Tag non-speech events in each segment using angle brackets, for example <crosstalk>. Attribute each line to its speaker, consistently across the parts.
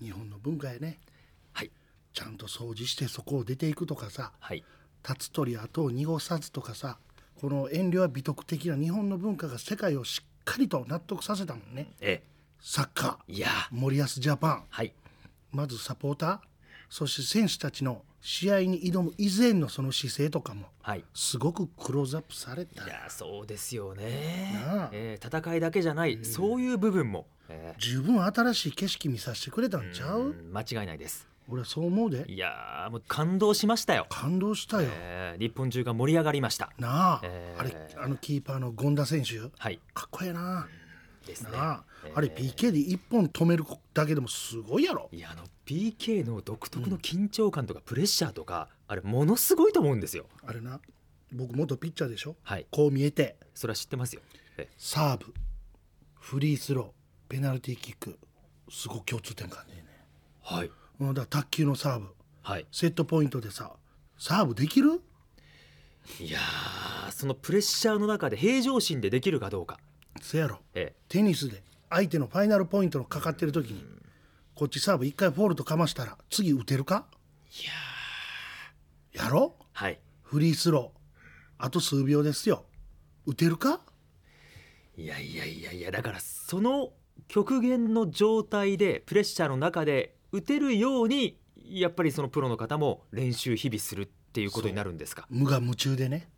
Speaker 1: 日本の文化やね
Speaker 2: はい
Speaker 1: ちゃんと掃除してそこを出ていくとかさ
Speaker 2: はい
Speaker 1: 立つ鳥後を濁さずとかさこの遠慮は美徳的な日本の文化が世界をしっかりと納得させたもんね
Speaker 2: え
Speaker 1: サッカ
Speaker 2: えいや
Speaker 1: ー森保ジャパン
Speaker 2: はい
Speaker 1: まずサポーターそして選手たちの試合に挑む以前のその姿勢とかも
Speaker 2: はいい
Speaker 1: すごくクローズアップされた
Speaker 2: やそうですよね
Speaker 1: なあ、
Speaker 2: ええ戦いだけじゃない、そういう部分も、え
Speaker 1: 十分新しい景色見させてくれた
Speaker 2: え
Speaker 1: んちゃう
Speaker 2: うん間違いないです
Speaker 1: 俺はそう思うで
Speaker 2: いやーもう感動しましたよ、
Speaker 1: 感動したよ、
Speaker 2: ええ日本中が盛り上がりました
Speaker 1: なあ、
Speaker 2: えー
Speaker 1: あれあのキーパーの権田選手
Speaker 2: はい
Speaker 1: かっこええな、
Speaker 2: ですね
Speaker 1: なあ、
Speaker 2: えー
Speaker 1: あれ PK で1本止めるだけでもすごいやろ
Speaker 2: いやあの PK の独特の緊張感とかプレッシャーとか、あれものすごいと思うんですよ
Speaker 1: あれな僕元ピッチャーでしょ
Speaker 2: はい
Speaker 1: こう見えて
Speaker 2: それは知ってますよえ
Speaker 1: サーブフリースローペナルティーキックすごく共通点感じるね、
Speaker 2: はい
Speaker 1: うん、だから卓球のサーブ
Speaker 2: はい
Speaker 1: セットポイントでさサーブできる
Speaker 2: いやーそのプレッシャーの中で平常心でできるかどうか
Speaker 1: せやろ
Speaker 2: え
Speaker 1: テニスで相手のファイナルポイントのかかってる時にこっちサーブ1回フォールとかましたら次打てるか
Speaker 2: いや
Speaker 1: やろ
Speaker 2: ーはい
Speaker 1: フリースローあと数秒ですよ打てるか
Speaker 2: いやいやいやいやだからその極限の状態でプレッシャーの中で打てるようにやっぱりそのプロの方も練習日々するっていうことになるんですか
Speaker 1: 無我夢中でね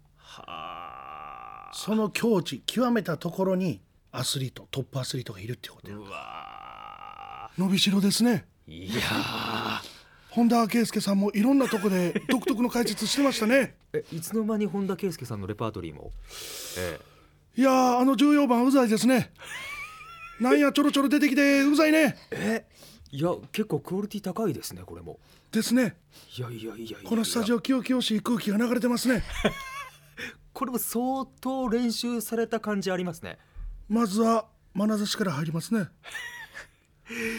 Speaker 2: はあ
Speaker 1: その境地極めたところにアスリートトップアスリートがいるってことよ
Speaker 2: うわ
Speaker 1: 伸びしろですね
Speaker 2: ーいやー
Speaker 1: 本田圭佑さんもいろんなとこ <laughs> で独特の解説してましたね
Speaker 2: えいつの間に本田圭佑さんのレパートリーも、え
Speaker 1: いやーあの14番うざいですねなんやちょろちょろ出てきてうざいね
Speaker 2: えいや結構クオリティ高いですねこれも
Speaker 1: ですね
Speaker 2: いやいやいやいや
Speaker 1: このスタジオ清々しい空気が流れてますね
Speaker 2: これも相当練習された感じありますね
Speaker 1: まずは眼差しから入ります <laughs> ね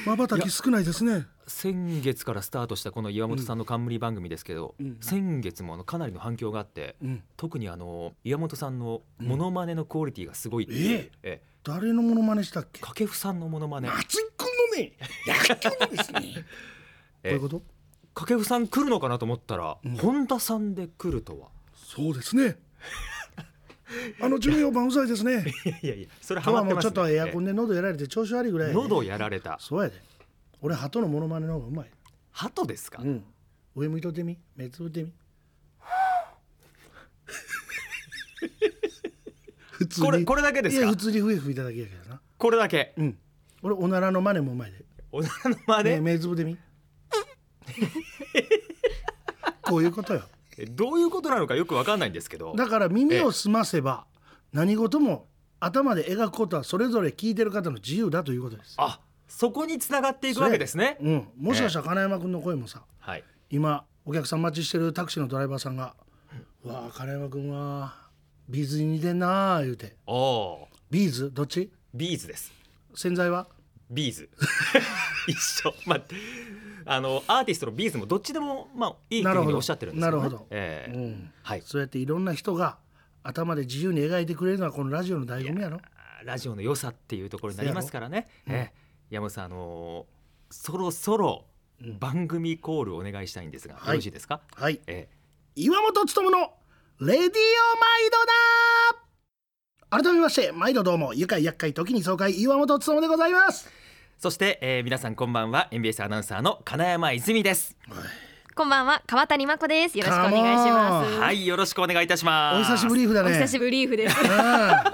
Speaker 1: まばたき少ないですね
Speaker 2: 先月からスタートしたこの岩本さんの冠番組ですけど、
Speaker 1: うん
Speaker 2: 先月もあのかなりの反響があって、
Speaker 1: うん
Speaker 2: 特にあの岩本さんのモノマネのクオリティがすごいって、
Speaker 1: ええ
Speaker 2: え
Speaker 1: 誰のモノマネしたっけ
Speaker 2: 掛布さんのモノマネ
Speaker 1: 松井君のね野球のですねどういうこと
Speaker 2: 掛布さん来るのかなと思ったら、
Speaker 1: うん
Speaker 2: 本田さんで来るとは
Speaker 1: そうですねあの14番うざいですね
Speaker 2: いやいやいやそれ
Speaker 1: 今日はもうちょっとエアコンで喉やられて調子悪いぐらいやね
Speaker 2: 喉やられた
Speaker 1: そうやで俺鳩のモノマネの方がうまい
Speaker 2: 鳩ですか、
Speaker 1: うん上向いとってみ目つぶってみ普通に
Speaker 2: これこれだけです
Speaker 1: いや
Speaker 2: か
Speaker 1: 普通に笛吹いただけやけどな
Speaker 2: これだ
Speaker 1: <laughs>
Speaker 2: け
Speaker 1: うん俺おならのマネもうまいで
Speaker 2: おならの真似、
Speaker 1: ね、目つぶでみこういうことよ
Speaker 2: えどういうことなのかよくわかんないんですけど
Speaker 1: だから耳を澄ませば何事も頭で描くことはそれぞれ聞いてる方の自由だということです、
Speaker 2: あそこに繋がっていくわけですね
Speaker 1: うん、もしかしたら金山君の声もさ
Speaker 2: はい
Speaker 1: 今お客さん待ちしてるタクシーのドライバーさんが「うわあ金山君はビーズに似てんなあ」言うて
Speaker 2: おお
Speaker 1: 「ビーズどっち
Speaker 2: ビーズです
Speaker 1: 洗剤は
Speaker 2: ビーズ <laughs> 一緒まああのアーティストのビーズもどっちでもまあいいってい
Speaker 1: な
Speaker 2: う
Speaker 1: るほ
Speaker 2: ふう
Speaker 1: ど
Speaker 2: におっしゃってるんですけど、ね、
Speaker 1: なるほど
Speaker 2: ええ
Speaker 1: うん
Speaker 2: はい
Speaker 1: そうやっていろんな人が頭で自由に描いてくれるのはこのラジオの醍醐味やろ
Speaker 2: あーラジオの良さっていうところになりますからね、ええ山本さんあのーそろそろ番組コールお願いしたいんですが、
Speaker 1: はい
Speaker 2: よろしいですか、
Speaker 1: はい
Speaker 2: え
Speaker 1: 岩本勤のレディオマイドだ改めまして毎度どうも愉快厄介時に爽快岩本勤でございます
Speaker 2: えそして、えー皆さんこんばんは NBS アナウンサーの金山泉です
Speaker 3: こんばんは川谷真子ですよろしくお願いします
Speaker 2: はいいよろしくお願いいたします
Speaker 1: お久しぶりだ
Speaker 3: お
Speaker 1: ね
Speaker 3: 久しぶりーフです <laughs> 久し
Speaker 1: うん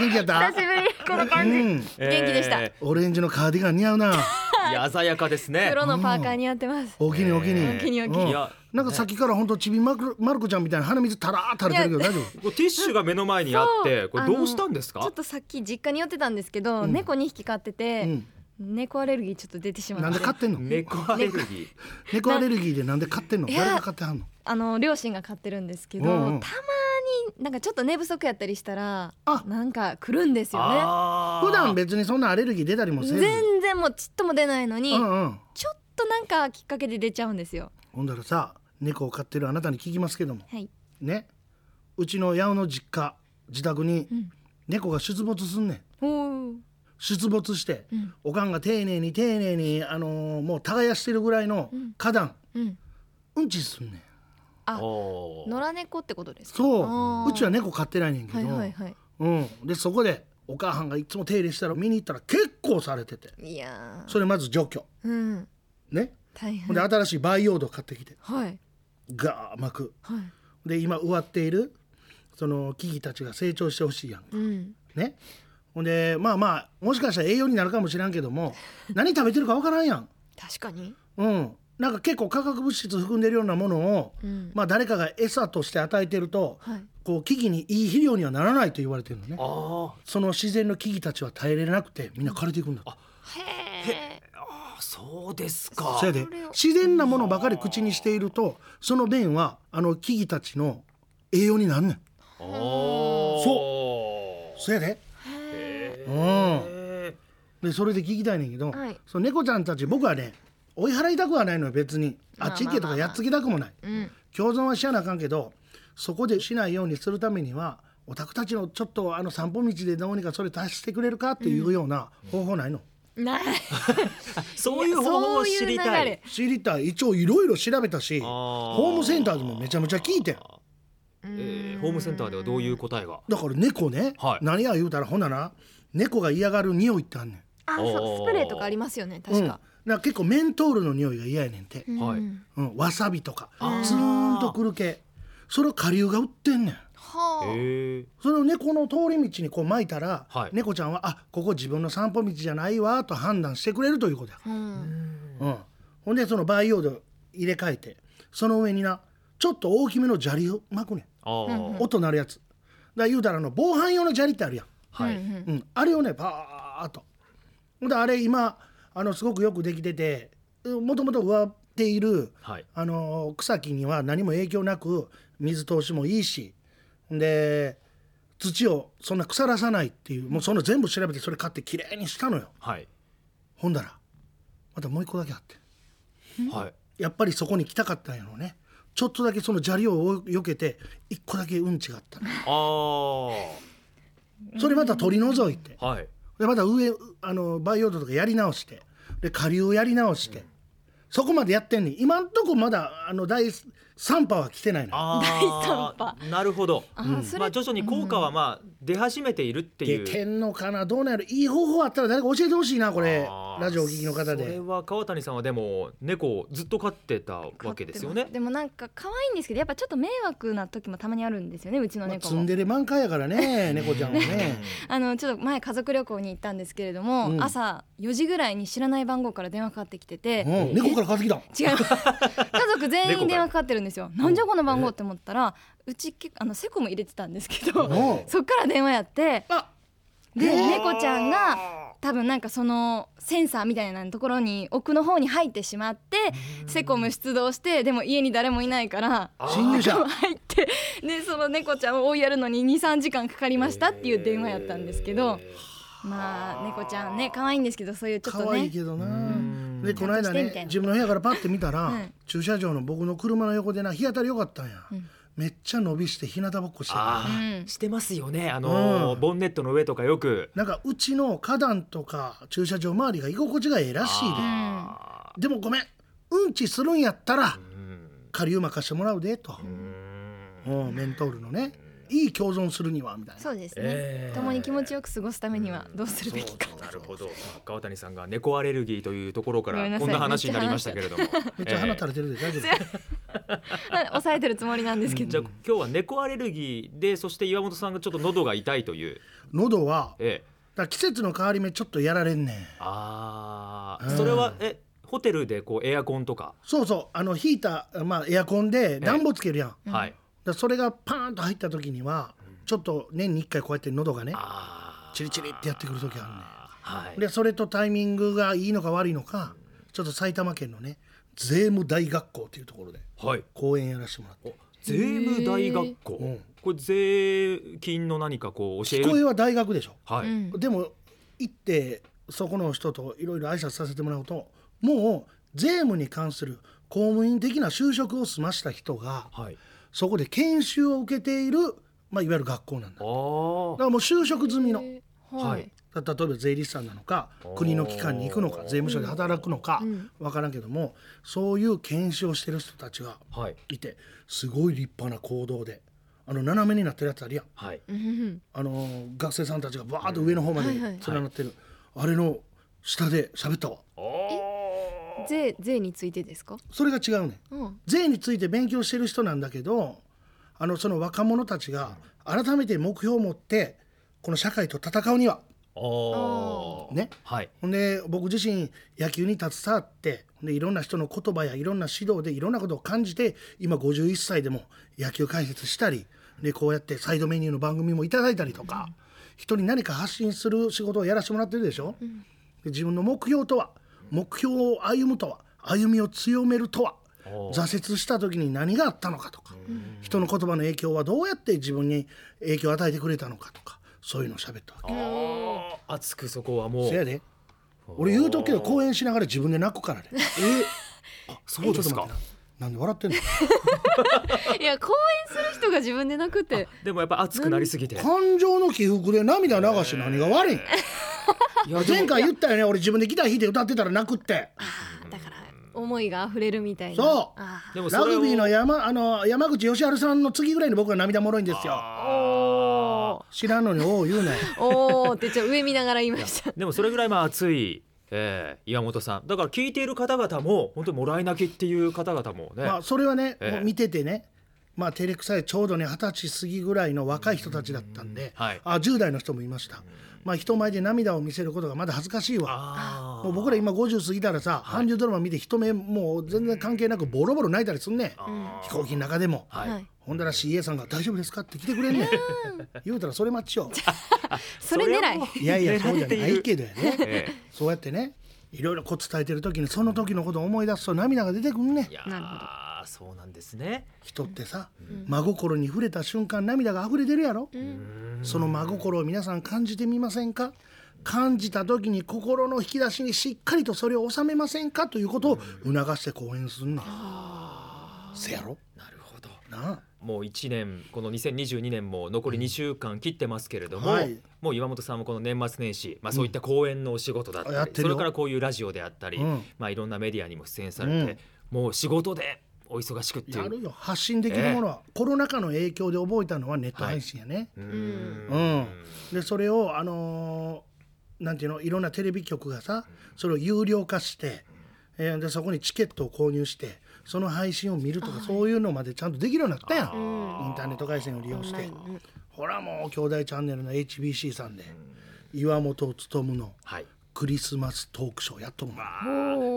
Speaker 1: 元気やった
Speaker 3: ぶりこの感じ、
Speaker 1: うん
Speaker 3: 元気でした
Speaker 2: え
Speaker 1: オレンジのカーディガン似合うな
Speaker 2: ーいや鮮やかです
Speaker 1: <laughs>
Speaker 2: ね
Speaker 3: 黒のパーカーに合ってます
Speaker 1: おおきにおおきに
Speaker 2: えーおおき
Speaker 3: におおき
Speaker 2: い
Speaker 3: に
Speaker 1: うん
Speaker 2: や
Speaker 1: なんかさっきからほんとちびまるまる子ちゃんみたいな鼻水たらー垂れてるけど大丈夫
Speaker 2: こうティッシュが目の前にあって
Speaker 3: そう
Speaker 2: これどうしたんです
Speaker 3: ちょ
Speaker 2: か
Speaker 3: っとさっき実家に寄ってたんですけど、
Speaker 1: うん
Speaker 3: 猫2匹飼ってて、
Speaker 1: うん
Speaker 3: 猫アレルギーちょっと出てしまって
Speaker 1: なんで飼ってんの
Speaker 2: 猫アレルギ
Speaker 1: 猫アレルギーでなんで飼ってんの
Speaker 3: いや
Speaker 1: 誰が飼ってはんの
Speaker 3: あの両親が飼ってるんですけど、
Speaker 1: うんうん
Speaker 3: たまになんかちょっと寝不足やったりしたら
Speaker 1: あ
Speaker 3: なんか来るんです
Speaker 2: ー
Speaker 3: よね
Speaker 2: あー
Speaker 1: 普段別にそんなアレルギー出たりもせず
Speaker 3: 全然もうちっとも出ないのに、
Speaker 1: うんうん
Speaker 3: ちょっとなんかきっかけで出ちゃうんですよ
Speaker 1: ほんだらさ猫を飼ってるあなたに聞きますけども
Speaker 3: はい、
Speaker 1: ねうちの八尾の実家自宅に
Speaker 3: うん、
Speaker 1: 猫が出没すんねん
Speaker 3: おー
Speaker 1: 出没して、
Speaker 3: うん
Speaker 1: おかんが丁寧に丁寧に、あのーもう耕してるぐらいの
Speaker 3: うん
Speaker 1: 花壇、
Speaker 3: うん
Speaker 1: うん、ちすんねん
Speaker 3: あ
Speaker 2: おー
Speaker 3: 野良猫ってことですか
Speaker 1: そ
Speaker 3: あ
Speaker 1: う
Speaker 3: ー
Speaker 1: うちは猫飼ってないねんけど、
Speaker 3: はいはいはい
Speaker 1: うん、でそこでお母さんがいつも手入れしたら見に行ったら結構されてて
Speaker 3: いやー
Speaker 1: それまず除去
Speaker 3: うん
Speaker 1: ね
Speaker 3: 大
Speaker 1: ほ
Speaker 3: 変
Speaker 1: んで新しい培養土買ってきて
Speaker 3: はい
Speaker 1: ガー巻く
Speaker 3: はい
Speaker 1: で今植わっているその木々たちが成長してほしいやん
Speaker 3: うん
Speaker 1: ねほんでまあまあもしかしたら栄養になるかもしれんけど
Speaker 3: <laughs>
Speaker 1: も何食べてるかわからんやん
Speaker 3: 確かに
Speaker 1: うんなんか結構化学物質含んでるようなものを、
Speaker 3: うん
Speaker 1: まあ誰かが餌として与えてると
Speaker 3: はい
Speaker 1: こう木々にいい肥料にはならないと言われてるのね
Speaker 2: あ
Speaker 1: その自然の木々たちは耐えれなくてみんな枯れていくんだって
Speaker 3: へえ
Speaker 2: ーそうですか
Speaker 1: そやで
Speaker 3: それを
Speaker 1: 自然なものばかり口にしているとその便はあの木々たちの栄養になんねん
Speaker 2: そう
Speaker 1: そやで
Speaker 2: へ
Speaker 1: ーでそれで聞きたいねんけど、
Speaker 3: はい
Speaker 1: その猫ちゃんたち僕はね追い払いたくはないのよ別に
Speaker 3: まあ
Speaker 1: あっち行けと
Speaker 3: まあ
Speaker 1: か
Speaker 3: まあ
Speaker 1: やっつけたくもない
Speaker 3: うん
Speaker 1: 共存はしやなあかんけどそこでしないようにするためにはお宅たちのちょっとあの散歩道でどうにかそれ達してくれるかっていうような方法ないの、
Speaker 3: ない
Speaker 2: そういう方法を知りた
Speaker 3: そういう
Speaker 2: い
Speaker 3: 流
Speaker 1: 知りたい一応いろいろ調べたし
Speaker 2: ホ
Speaker 1: ホームセンターでもめちゃめちゃ聞いてん
Speaker 3: れ
Speaker 2: えー
Speaker 3: うん
Speaker 2: ホームセンターではどういう答えが
Speaker 1: だから猫ね、
Speaker 2: はい
Speaker 1: 何や言うたらほんなら猫が嫌がる匂いってあんねん
Speaker 3: あそうスプレーとかありますよね確
Speaker 1: うん、
Speaker 3: か
Speaker 1: だから結構メントールの匂いが嫌やねんて、
Speaker 3: うん
Speaker 2: はい
Speaker 1: うん、わさびとか
Speaker 2: あー
Speaker 1: ツーンとくる系それを下流が売ってんねん
Speaker 3: はあ
Speaker 2: へえ
Speaker 1: それを猫の通り道にこう巻いたら、
Speaker 2: はい
Speaker 1: 猫ちゃんは「あここ自分の散歩道じゃないわ」と判断してくれるということや、
Speaker 3: うん
Speaker 1: うん、ほんでその培養土入れ替えてその上になちょっと大きめの砂利を巻くねん
Speaker 2: あー
Speaker 1: 音鳴るやつだから言うたらあの防犯用の砂利ってあるやん
Speaker 2: は
Speaker 3: う
Speaker 2: い
Speaker 3: んうん
Speaker 1: うん、あれをねパーッとほんであれ今あのすごくよくできててもともと植わっている、
Speaker 2: はい
Speaker 1: あの草木には何も影響なく水通しもいいしほんで土をそんな腐らさないっていうもうその全部調べてそれ買ってきれいにしたのよ
Speaker 2: はい
Speaker 1: ほんだらまたもう一個だけあって
Speaker 2: はい
Speaker 1: やっぱりそこに来たかったんやろうねちょっとだけその砂利をよけて一個だけうんちがあったの
Speaker 2: あー
Speaker 1: それまた取り除いて
Speaker 2: はい
Speaker 1: でまた上うあの培養土とかやり直してで下流をやり直して、そこまでやってんねん今んとこまだあの第3波は来てないの
Speaker 2: あ
Speaker 3: 第三
Speaker 2: ーなるほど
Speaker 3: あそれ
Speaker 2: まあ徐々に効果はまあ出始めているって
Speaker 1: 出
Speaker 2: いう
Speaker 1: てんのかなどうなんやろいい方法あったら誰か教えてほしいなこれ
Speaker 2: あー
Speaker 1: ラジオお聞きの方
Speaker 2: それ
Speaker 1: で
Speaker 2: は川谷さんはでも猫をずっと飼ってたわけですよね
Speaker 4: でもなんか可愛いんですけどやっぱちょっと迷惑な時もたまにあるんですよねうちの
Speaker 1: まあ、
Speaker 4: 猫
Speaker 1: ツ
Speaker 4: も
Speaker 1: ン。デレ満開やから
Speaker 2: <laughs>
Speaker 1: ね猫ちゃんはね
Speaker 4: あのちょっと前家族旅行に行ったんですけれども、
Speaker 1: うん
Speaker 4: 朝4時ぐらいに知らない番号から電話かかってきてて、
Speaker 1: うん猫から買ってきた
Speaker 4: 違う家
Speaker 1: <laughs>
Speaker 4: 族全員電話かかってるんですよなんじゃこの番号って思ったらうち結構あのセコム入れてたんですけど
Speaker 1: うん
Speaker 4: そっから電話やって
Speaker 1: あ
Speaker 4: で
Speaker 1: へー
Speaker 4: 猫ちゃんが多分なんかそのセンサーみたいなところに奥の方に入ってしまってセコム出動してでも家に誰もいないから <laughs>
Speaker 2: あー
Speaker 1: 侵入者
Speaker 4: 入ってでその猫ちゃんを追いやるのに23時間かかりましたっていう電話やったんですけど、
Speaker 2: え
Speaker 4: まあ猫ちゃんね可愛いんですけどそういうちょっ
Speaker 1: 可
Speaker 4: と
Speaker 1: 愛い
Speaker 4: ね
Speaker 1: けどな、
Speaker 2: ん
Speaker 1: でこの間
Speaker 4: ちゃんとしてみ
Speaker 1: ね
Speaker 4: たいな
Speaker 1: 自分の部屋からパッて見たら、
Speaker 4: うん
Speaker 1: 駐車場の僕の車の横でな日当たり良かったんや、
Speaker 4: ん
Speaker 1: めっちゃ伸びして日向ぼっこしてた
Speaker 2: あー
Speaker 4: うん
Speaker 2: してますよねあのー
Speaker 1: うん
Speaker 2: ボンネットの上とかよく
Speaker 1: なんかうちの花壇とか駐車場周りが居心地がええらしいで、
Speaker 2: あ
Speaker 1: でもごめんうんちするんやったら
Speaker 2: ーうん
Speaker 1: 仮馬貸してもらうでと、
Speaker 2: うん
Speaker 1: うんメントールのねいい共存するにはみたいな
Speaker 4: そうですね、
Speaker 2: えー
Speaker 4: 共に気持ちよく過ごすためにはどうするべきか、
Speaker 2: そうなるほど川谷さんが猫アレルギーというところか
Speaker 4: ごめんな
Speaker 2: ら
Speaker 4: さい
Speaker 2: こんな話になりましたけれども
Speaker 1: めっちゃ
Speaker 2: え
Speaker 1: 花
Speaker 2: ー
Speaker 1: 垂れてるで大丈夫、
Speaker 3: <laughs>
Speaker 4: 抑えてるつもりなんですけ
Speaker 2: じゃ
Speaker 4: ど、
Speaker 2: あ今日は猫アレルギーでそして岩本さんがちょっと喉が痛いという、
Speaker 1: 喉はだか
Speaker 2: ええ、
Speaker 1: ら季節の変わり目ちょっとやられんねん
Speaker 2: あー
Speaker 1: うん
Speaker 2: それはえホテルでこうエアコンとか、
Speaker 1: そうそうあのヒーター、まあ、エアコンで暖房つけるやん、だか
Speaker 2: はい
Speaker 1: らそれがパーンと入った時にはちょっと年に1回こうやって喉がね
Speaker 2: あー
Speaker 1: チリチリってやってくる時あ
Speaker 2: はい
Speaker 1: でそれとタイミングがいいのか悪いのかちょっと埼玉県のね税務大学校っていうところで
Speaker 2: はい
Speaker 1: 講演やらせてもらって
Speaker 2: お税務大学校、
Speaker 1: うん
Speaker 2: これ税金の何かこう教え
Speaker 1: 聞
Speaker 2: る
Speaker 1: こえは大学でしょ
Speaker 2: はい、
Speaker 4: うん
Speaker 1: でも行ってそこの人といろいろ挨拶させてもらうともう税務に関する公務員的な就職を済ました人が
Speaker 2: はい
Speaker 1: そこで研修を受けている、まあ、いわゆる学校なんだだ
Speaker 2: あ
Speaker 1: からもう就職済みの
Speaker 4: えー
Speaker 2: あは
Speaker 4: はいい、
Speaker 1: 例えば税理士さんなのか国の機関に行くのか税務署で働くのか分からんけどもそういう研修をしてる人たちが
Speaker 2: はい
Speaker 1: いてすごい立派な行動であの斜めになってるやつあるやん
Speaker 2: はい
Speaker 3: うん
Speaker 1: あの学生さんたちがバーッと上の方まで
Speaker 3: は
Speaker 1: 連
Speaker 3: いはい
Speaker 1: なってるあれの下で喋ったわ
Speaker 3: 税税についてですか？
Speaker 1: それが違うねん
Speaker 3: うん。
Speaker 1: 税について勉強してる人なんだけどあのその若者たちが改めて目標を持ってこの社会と戦うには
Speaker 2: おー
Speaker 1: ね
Speaker 2: はい
Speaker 1: ほんで僕自身野球に携わってほんでいろんな人の言葉やいろんな指導でいろんなことを感じて今51歳でも野球解説したりでこうやってサイドメニューの番組もいただいたりとか、人に何か発信する仕事をやらせてもらってるでしょ、で自分の目標とは目標を歩むとは歩みを強めるとは
Speaker 2: おー
Speaker 1: 挫折した時に何があったのかとか、人の言葉の影響はどうやって自分に影響を与えてくれたのかとかそういうのを喋ったわけ。
Speaker 2: あー熱くそこはもう
Speaker 1: せやで俺言うとくけど講演しながら自分で泣くからね。
Speaker 2: <laughs> えあそうです
Speaker 1: ちょっと待っ
Speaker 2: か
Speaker 1: てななんで笑ってんの
Speaker 3: いや講演する人が自分でなくて。
Speaker 2: でもやっぱ熱くなりすぎて
Speaker 1: 感情の起伏で涙流して何が悪いん
Speaker 2: いやで
Speaker 1: <laughs>
Speaker 2: も
Speaker 1: 前回言ったよね俺自分でギター弾いて歌ってたら泣くって
Speaker 3: あーだから思いが溢れるみたいな。
Speaker 1: そう
Speaker 3: あー
Speaker 2: でもそ
Speaker 1: ラ
Speaker 2: れを
Speaker 1: グビーの山あの山口義晴さんの次ぐらいに僕は涙もろいんですよ
Speaker 2: あ
Speaker 1: 知らんのにおお言うなよ
Speaker 3: おおってじゃ上見ながら言いました
Speaker 2: ー。でもそれぐらいまあ熱い、えー、岩本さんだから聞いている方々も本当にもらい泣きっていう方々もね、
Speaker 1: まあそれはね、
Speaker 2: <laughs> ええ
Speaker 1: もう見ててねまあ照れくさいちょうどね二十歳過ぎぐらいの若い人たちだったんで、
Speaker 2: うんはい
Speaker 1: あ10代の人もいました、まあ人前で涙を見せることがまだ恥ずかしいわ
Speaker 2: あー
Speaker 1: もう僕ら今50過ぎたらさ、韓流ドラマ見て人目もう全然関係なくボロボロ泣いたりすんねん飛行機の中でも、
Speaker 2: はい、
Speaker 3: はい
Speaker 1: ほんだら CA さんが「大丈夫ですか?」って来てくれんねん <laughs> 言うたらそれ待ちよ
Speaker 3: それ狙い
Speaker 1: いやいやそうじゃ
Speaker 2: 狙
Speaker 1: な
Speaker 2: ってい
Speaker 1: い
Speaker 2: る
Speaker 1: けどやね
Speaker 2: <laughs> え
Speaker 1: そうやってねいろいろこう伝えてる時にその時のことを思い出すと涙が出てくんねん
Speaker 2: えいや
Speaker 3: なる
Speaker 2: ーそうなんですね
Speaker 1: 人ってさ、真心に触れた瞬間涙が溢れてるやろ、その真心を皆さん感じてみませんか感じた時に心の引き出しにしっかりとそれを収めませんかということを促して講演するの、せやろ
Speaker 2: なるほど
Speaker 1: なあ
Speaker 2: もう一年この2022年も残り2週間切ってますけれども、
Speaker 1: はい
Speaker 2: もう岩本さんもこの年末年始、まあ、そういった講演のお仕事だったり、
Speaker 1: やって
Speaker 2: そ
Speaker 1: るよ
Speaker 2: れからこういうラジオであったり、
Speaker 1: うん
Speaker 2: まあ、いろんなメディアにも出演されて、もう仕事でお忙しくってい
Speaker 1: や
Speaker 2: う。
Speaker 1: るよ発信できるものは、コロナ禍の影響で覚えたのはネット配信やね、
Speaker 2: うー
Speaker 1: うんん、でそれをあのーなんていうのいろんなテレビ局がさそれを有料化して、えーでそこにチケットを購入してその配信を見るとかそういうのまでちゃんとできるようになったやん、インターネット回線を利用して、ほらもう兄弟チャンネルの HBC さんで、岩本勉の
Speaker 2: はい、
Speaker 1: クリスマストークショーやっともん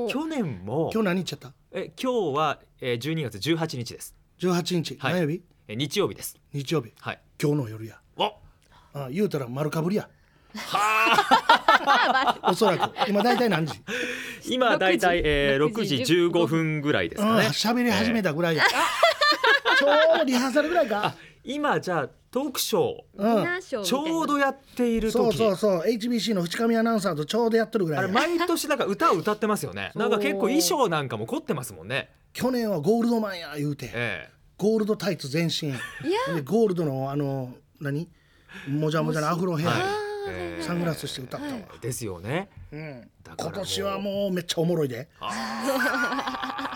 Speaker 3: おー
Speaker 2: 去年も
Speaker 1: 今日何言っちゃった
Speaker 2: え今日はえー12月18日です。
Speaker 1: 18日、
Speaker 2: はい
Speaker 1: 何曜日
Speaker 2: えー日曜日です。
Speaker 1: 日曜日
Speaker 2: はい。
Speaker 1: 今日の夜や
Speaker 2: お
Speaker 1: あ言うたら丸かぶりやおそらく今大体何時
Speaker 2: 今だいたいえー
Speaker 3: 6
Speaker 2: 6時
Speaker 3: 時
Speaker 2: 15分ぐらいです
Speaker 1: うん
Speaker 2: かね。
Speaker 1: 喋り始めたぐらいや、ちょうどリハーサルぐらいか
Speaker 2: 今じゃあトークショ
Speaker 1: う
Speaker 3: ディ
Speaker 1: ん
Speaker 3: ナーショー
Speaker 2: ー
Speaker 3: み
Speaker 2: ち
Speaker 3: たいな
Speaker 2: ょうどやっている時
Speaker 1: そうそうそう HBC の淵上アナウンサーとちょうどやってるぐら
Speaker 2: あ
Speaker 1: い
Speaker 2: れ
Speaker 1: や
Speaker 2: 毎年なんか歌を歌ってますよね。なんか結構衣装なんかも凝ってますもんね。
Speaker 1: 去年はゴールドマンや言うて
Speaker 2: え
Speaker 1: ゴールドタイツ全身でゴールドのあの何もじゃもじゃのアフロ
Speaker 2: え
Speaker 1: ヘア、
Speaker 2: はいええ
Speaker 1: サングラスして歌ったわ、
Speaker 2: ですよね。
Speaker 1: うん
Speaker 2: だか
Speaker 1: 今
Speaker 2: らもう
Speaker 1: 年はもうめっちゃおもろいで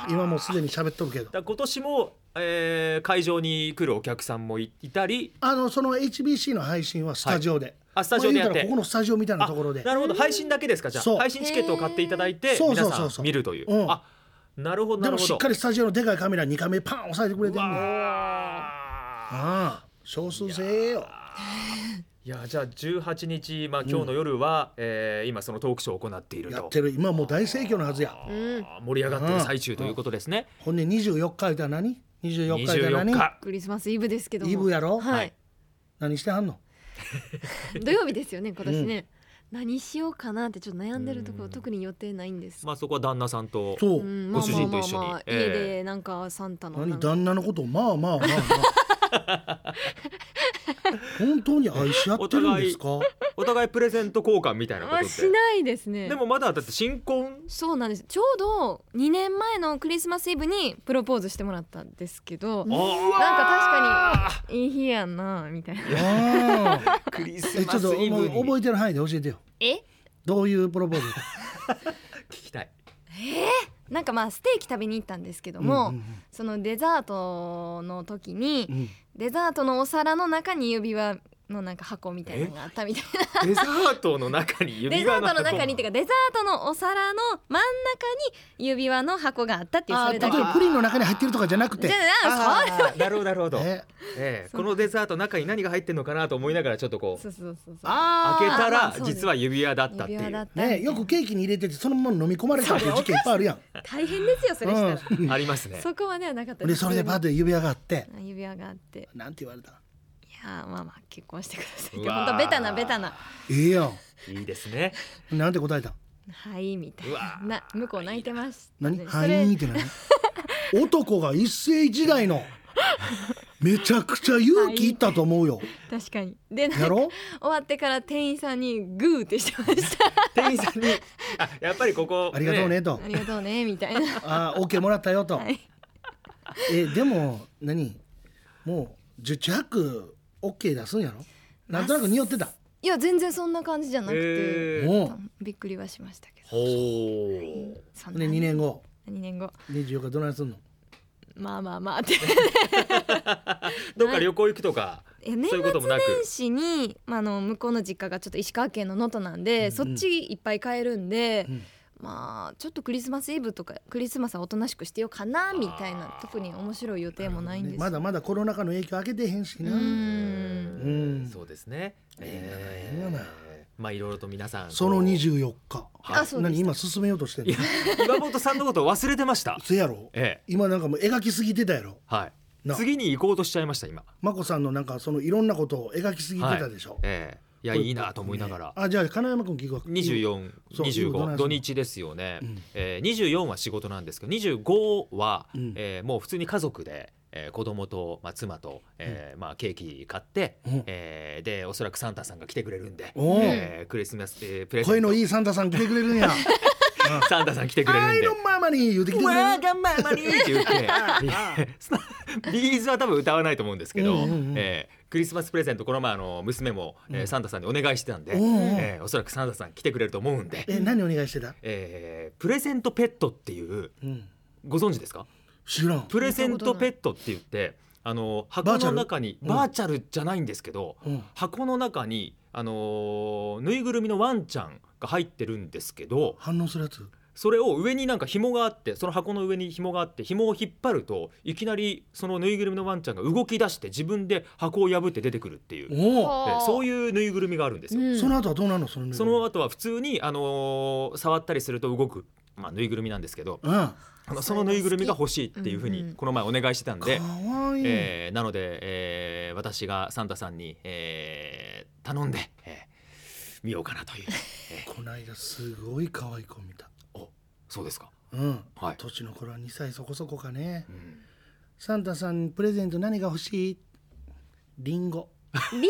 Speaker 1: 今もうすでに喋っとるけど
Speaker 2: だから今年も、えー会場に来るお客さんもいいたり、
Speaker 1: あのその HBC の配信はスタジオで、
Speaker 2: あスタジオでやって
Speaker 1: まあ言うたらここのスタジオみたいな
Speaker 2: あ
Speaker 1: ところで
Speaker 2: なるほど配信だけですかじゃ
Speaker 1: そう
Speaker 2: あ配信チケットを買っていただいて
Speaker 1: そう
Speaker 2: 皆
Speaker 1: そう
Speaker 2: さ
Speaker 1: そうそう
Speaker 2: ん見るという
Speaker 1: うん
Speaker 2: あなるほどな
Speaker 1: で
Speaker 2: る
Speaker 1: もし
Speaker 2: ほ
Speaker 1: っ
Speaker 2: ど
Speaker 1: かりスタジオのでかいカメラ2カメパン押さえてくれてるああ少数精鋭よ
Speaker 2: いやじゃあ18日まあ今日の夜は、えー今そのトークショーを行っている
Speaker 1: やっ
Speaker 2: と
Speaker 1: てる今もう大盛況のはずや
Speaker 3: うん
Speaker 2: あー盛り上がってる最中ということですね、
Speaker 1: ほんで24日言うたら何 ?24 日言うたら
Speaker 2: 24
Speaker 1: 何
Speaker 2: 日
Speaker 3: クリスマスイブですけども
Speaker 1: イブやろ、
Speaker 3: はい
Speaker 5: <laughs>
Speaker 1: 何してはんの
Speaker 3: 土曜日ですよね今年ね何しようかなってちょっと悩んでるところ特に予定ないんです
Speaker 2: まあそこは旦那さんと
Speaker 1: そうう、
Speaker 3: ん
Speaker 2: ご主人と一緒に
Speaker 3: まあまあまあまあ
Speaker 2: え
Speaker 3: 家
Speaker 2: え
Speaker 3: でなんかサンタのなん
Speaker 1: 何
Speaker 2: <laughs>
Speaker 3: か
Speaker 1: 旦那のことをまあまあまあま本当に愛し合ってるんですか
Speaker 2: お互いプレゼント交換みたいなことっ
Speaker 6: あ
Speaker 2: て
Speaker 6: しないですね
Speaker 2: でもまだだって新婚
Speaker 6: そうなんですちょうど2年前のクリスマスイブにプロポーズしてもらったんですけど
Speaker 2: なん
Speaker 6: なんか確かにいい日やなみたいな
Speaker 1: あー
Speaker 2: クリス <laughs>
Speaker 1: えちょっ
Speaker 2: マス
Speaker 1: と
Speaker 2: イ
Speaker 1: も
Speaker 2: ブ
Speaker 1: う
Speaker 2: に
Speaker 1: 覚えてる範囲で教えてよ
Speaker 6: え
Speaker 1: どういうプロポーズ
Speaker 2: 聞きたい
Speaker 5: なんかまあステーキ食べに行ったんですけども、
Speaker 1: うんうん
Speaker 5: そのデザートの時に
Speaker 1: うん
Speaker 5: デザートのお皿の中に指輪のなんか箱みたいなのがあったみたいな
Speaker 2: デザートの中に
Speaker 5: デ
Speaker 2: 指
Speaker 5: ザ
Speaker 2: 輪
Speaker 5: ートの中にっていうかデザートのお皿の真ん中に指輪の箱があったっていう
Speaker 1: あ
Speaker 5: そ
Speaker 1: 例
Speaker 5: れ
Speaker 1: え
Speaker 5: だけ
Speaker 1: ばプリンの中に入ってるとかじゃなくて
Speaker 5: じゃあ
Speaker 2: あーなるほどなるほど、え
Speaker 1: え
Speaker 2: えこのデザートの中に何が入ってんのかなと思いながらちょっとこう
Speaker 5: そうそうそうそう
Speaker 1: あ
Speaker 2: 開けた
Speaker 5: ま
Speaker 2: ら
Speaker 5: あそうね
Speaker 2: 実は指輪だったってい
Speaker 5: 指輪だ
Speaker 2: う
Speaker 5: った
Speaker 1: ねよくケーキに入れててそのまま飲み込まれたっていう事件いっぱいあるやん
Speaker 5: 大変ですよそれしたら、
Speaker 2: ありますね
Speaker 5: そこまではなかった
Speaker 1: うんでそれでパッと指輪があって
Speaker 5: 指輪があってい
Speaker 1: なんて言われた
Speaker 5: やーまあまあ結婚してくださいっ
Speaker 2: う
Speaker 5: て
Speaker 2: わー
Speaker 5: 本当ベタなベタない
Speaker 1: いや
Speaker 2: いいです
Speaker 5: <laughs>
Speaker 2: ね
Speaker 1: んなんて答えた
Speaker 5: はいみたいう
Speaker 2: わ
Speaker 5: な
Speaker 2: ー
Speaker 5: な向こう泣いてました
Speaker 1: 何
Speaker 5: ね
Speaker 1: は
Speaker 5: それ
Speaker 1: いって何男が一世一代のめちゃくちゃ勇気いったと思うよ
Speaker 5: 確かにでなんか
Speaker 1: や
Speaker 5: 終
Speaker 1: ろ
Speaker 5: わってから店員さんにグーってしてました
Speaker 1: <laughs>
Speaker 2: 店員さんにあやっぱりここ、
Speaker 1: ありがとうねと
Speaker 5: ありがとうねみたいな
Speaker 1: あー OK もらったよと、
Speaker 5: はい
Speaker 1: えでも何もう十中八九 OK 出すんやろなんとなく匂ってた
Speaker 5: いや全然そんな感じじゃなくて、
Speaker 2: えー
Speaker 1: もう
Speaker 5: びっくりはしましたけど
Speaker 2: ほう
Speaker 5: そんな
Speaker 1: で2年後
Speaker 5: 2年後
Speaker 1: 24日どないすんの
Speaker 5: まあまあまあって
Speaker 2: どっか旅行行くとか
Speaker 5: いや年
Speaker 2: そういうことも
Speaker 5: 末
Speaker 2: なく
Speaker 5: 年始に、まあ、あの向こうの実家がちょっと石川県の能登なんで、
Speaker 1: うん
Speaker 5: そっちいっぱい帰るんで、
Speaker 1: うん
Speaker 5: まあちょっとクリスマスイブとかクリスマスはおとなしくしてようかなみたいな
Speaker 2: あー
Speaker 5: 特に面白い予定もないんです
Speaker 1: まだまだコロナ禍の影響開けてへんし
Speaker 5: う
Speaker 1: な、
Speaker 5: ん
Speaker 1: うん
Speaker 2: そうですね。
Speaker 1: ええなええな
Speaker 2: えまあいろいろと皆さん
Speaker 1: その
Speaker 2: こ
Speaker 1: 24日
Speaker 5: あそうで
Speaker 1: 何
Speaker 5: した
Speaker 1: 今進めようとしてん
Speaker 2: うい
Speaker 1: の
Speaker 2: や岩本さんのことを忘れてました。
Speaker 1: せやろ
Speaker 2: ええ
Speaker 1: 今なんかもう描きすぎてたやろ
Speaker 2: はい
Speaker 1: な。
Speaker 2: 次に行こうとしちゃいました今。
Speaker 1: 眞子さんのなんかそのいろんなことを描きすぎて
Speaker 2: はい
Speaker 1: たでしょ、
Speaker 2: ええいや
Speaker 1: これ
Speaker 2: いいなと思いながら。
Speaker 1: あじゃあ金山君聞くわ
Speaker 2: 二十四、
Speaker 1: そう
Speaker 2: 二
Speaker 1: ど
Speaker 2: 十
Speaker 1: ないす
Speaker 2: 五
Speaker 1: んの
Speaker 2: 土日ですよね
Speaker 1: うん。
Speaker 2: ええ二十四は仕事なんですけど、二十五は
Speaker 1: うん
Speaker 2: ええもう普通に家族で。えー、子供とまあ妻と、えーまあ、ケーキ買って、
Speaker 1: うん
Speaker 2: えーでおそらくサンタさんが来てくれるんで、
Speaker 1: おお、
Speaker 2: えー、クリスマス、えー、プレゼ
Speaker 1: 声
Speaker 2: ント
Speaker 1: のいいサンタさん来てくれるん
Speaker 2: <laughs>
Speaker 1: や
Speaker 2: サンタさん来てくれる
Speaker 1: ア
Speaker 2: ん
Speaker 1: イ
Speaker 2: で
Speaker 1: ロンママに言うてきてくれる
Speaker 2: わーがままにって言って
Speaker 1: <laughs>
Speaker 2: そのビーズは多分歌わないと思うんですけど、
Speaker 1: うんうんうん
Speaker 2: えークリスマスプレゼントこの前あの娘も、えー
Speaker 1: うん
Speaker 2: サンタさんにお願いしてたんで、
Speaker 1: おうおう
Speaker 2: えーおそらくサンタさん来てくれると思うんで、
Speaker 1: え何お願いしてた、
Speaker 2: えープレゼントペットっていう
Speaker 1: うん、
Speaker 2: ご存知ですか
Speaker 1: 知らん
Speaker 2: プレゼントペットって言ってあの
Speaker 1: バ
Speaker 2: 箱
Speaker 1: ーチャ
Speaker 2: の
Speaker 1: ル
Speaker 2: 中に
Speaker 1: うん
Speaker 2: バーチャルじゃないんですけど、
Speaker 1: うん
Speaker 2: 箱の中にあのーぬいぐるみのワンちゃんが入ってるんですけど、
Speaker 1: 反応するやつ
Speaker 2: それを上になんか紐があってその箱の上に紐があって紐を引っ張るといきなりそのぬいぐるみのワンちゃんが動き出して自分で箱を破って出てくるっていう
Speaker 1: おお、
Speaker 2: えそういうぬいぐるみがあるんですよ。
Speaker 1: その後はどうなるのその
Speaker 2: その後は普通に、あのー触ったりすると動く、まあ、ぬいぐるみなんですけど
Speaker 1: うんか
Speaker 2: あのそのぬいぐるみが欲しいっていうふう
Speaker 6: うんうん
Speaker 2: にこの前お願いしてたん
Speaker 1: わ
Speaker 2: で、
Speaker 1: いい、
Speaker 2: えーなので、えー私がサンタさんに、えー頼んで、えー見ようか
Speaker 1: <laughs>
Speaker 2: なという
Speaker 1: こないだすごい可愛い子見た
Speaker 2: そうですか。
Speaker 1: うん
Speaker 2: はい、
Speaker 1: 年の頃は2歳そこそこかね
Speaker 2: うん
Speaker 1: サンタさんにプレゼント何が欲しいリンゴ
Speaker 5: リンゴ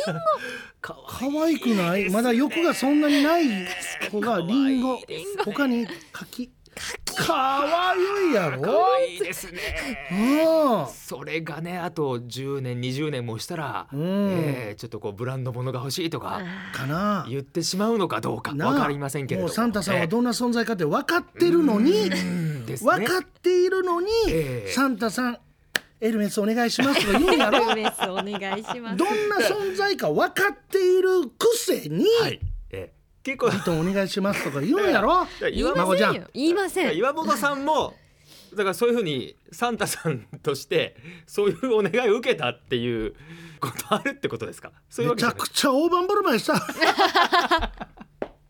Speaker 2: かわ
Speaker 1: 可愛くないまだ欲がそんなにない子がリンゴ
Speaker 2: 可愛いです
Speaker 1: 他に柿可愛いやろ
Speaker 2: 可愛いです
Speaker 1: う
Speaker 2: ね。
Speaker 1: ん
Speaker 2: それがねあと10年20年もしたら、
Speaker 1: うん
Speaker 2: えーちょっとこうブランド物が欲しいとか
Speaker 1: かな
Speaker 2: 言ってしまうのかどうか
Speaker 1: なあ
Speaker 2: わかりませんけれど
Speaker 1: も
Speaker 2: も
Speaker 1: うサンタさんはどんな存在かって分かってるのに
Speaker 2: うんですね
Speaker 1: 分かっているのに
Speaker 2: ええ
Speaker 1: サンタさんエルメスお願いしますとか言うんやろ
Speaker 5: ルメスお願いしま
Speaker 1: <laughs>
Speaker 5: す
Speaker 1: どんな存在か分かっているくせに
Speaker 2: はい、えー結構
Speaker 1: 「とお願いします」とか言うんや
Speaker 2: <laughs>
Speaker 1: ろ
Speaker 2: だから
Speaker 5: 言い
Speaker 2: 岩
Speaker 1: 孫
Speaker 5: ま
Speaker 1: ちゃ
Speaker 5: せ
Speaker 1: ん
Speaker 5: んよ言いません
Speaker 2: 岩本さんもだからそういうふうにサンタさんとしてそういうお願いを受けたっていうことあるってことですかそういうわ
Speaker 1: めち
Speaker 2: けじゃ
Speaker 1: ゃ
Speaker 2: ない
Speaker 1: くちゃ大盤振る舞いした <laughs>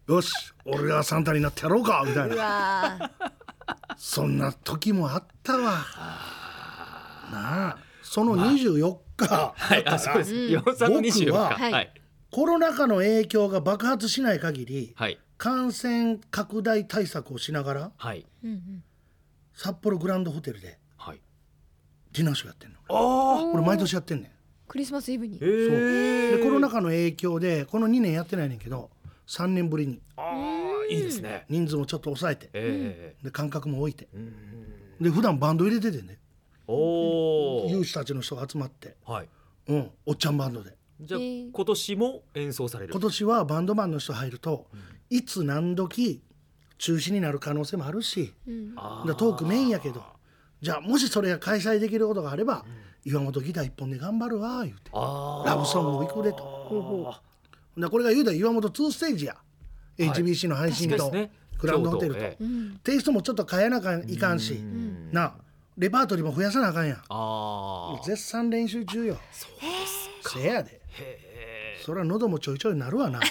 Speaker 1: よし俺がサンタになってやろうかみたいうな
Speaker 5: わ
Speaker 1: そんな時もあったわなあその24日、
Speaker 2: はいあそうです、岩本さんの24日
Speaker 1: 僕は
Speaker 2: はい、はい
Speaker 1: コロナ禍の影響が爆発しない限り
Speaker 2: はい
Speaker 1: 感染拡大対策をしながら
Speaker 2: はい
Speaker 6: うん
Speaker 1: 札幌グランドホテルで
Speaker 2: はい
Speaker 1: ディナーショーやってんの
Speaker 2: ああ
Speaker 1: 俺毎年やってんねん
Speaker 3: クリスマスイブに
Speaker 2: えー、
Speaker 1: でコロナ禍の影響でこの2年やってないねんけど3年ぶりに
Speaker 2: あーいいですね。
Speaker 1: 人数もちょっと抑えて
Speaker 2: え
Speaker 1: で間隔も置いて
Speaker 2: ーうん
Speaker 1: で普段バンド入れててね
Speaker 2: おお
Speaker 1: 有。志たちの人が集まって、
Speaker 2: はい。
Speaker 1: うん、おっちゃんバンドで
Speaker 2: じゃあ、
Speaker 3: えー
Speaker 2: 今年も演奏される。
Speaker 1: 今年はバンドマンの人入るといつ何時中止になる可能性もあるし
Speaker 3: うん
Speaker 2: あ
Speaker 1: だトークメインやけどじゃあもしそれが開催できることがあれば、岩本ギター一本で頑張るわ言うて
Speaker 2: あー
Speaker 1: ラブソングも行くでと
Speaker 2: ほうほう
Speaker 1: だこれが言うたら岩本2ステージや、
Speaker 2: い
Speaker 1: HBC の配信
Speaker 2: で
Speaker 1: と、
Speaker 2: すね。
Speaker 1: グランドホテルと
Speaker 2: 京都え
Speaker 3: うん
Speaker 1: テイストもちょっと変えなかん
Speaker 2: え
Speaker 1: いかんし、
Speaker 2: うん
Speaker 1: なレパートリーも増やさなあかんやん
Speaker 2: ああ。
Speaker 1: 絶賛練習中よ
Speaker 2: そうですか。
Speaker 1: せやで
Speaker 2: へー
Speaker 1: そりゃ喉もちょいちょいなるわな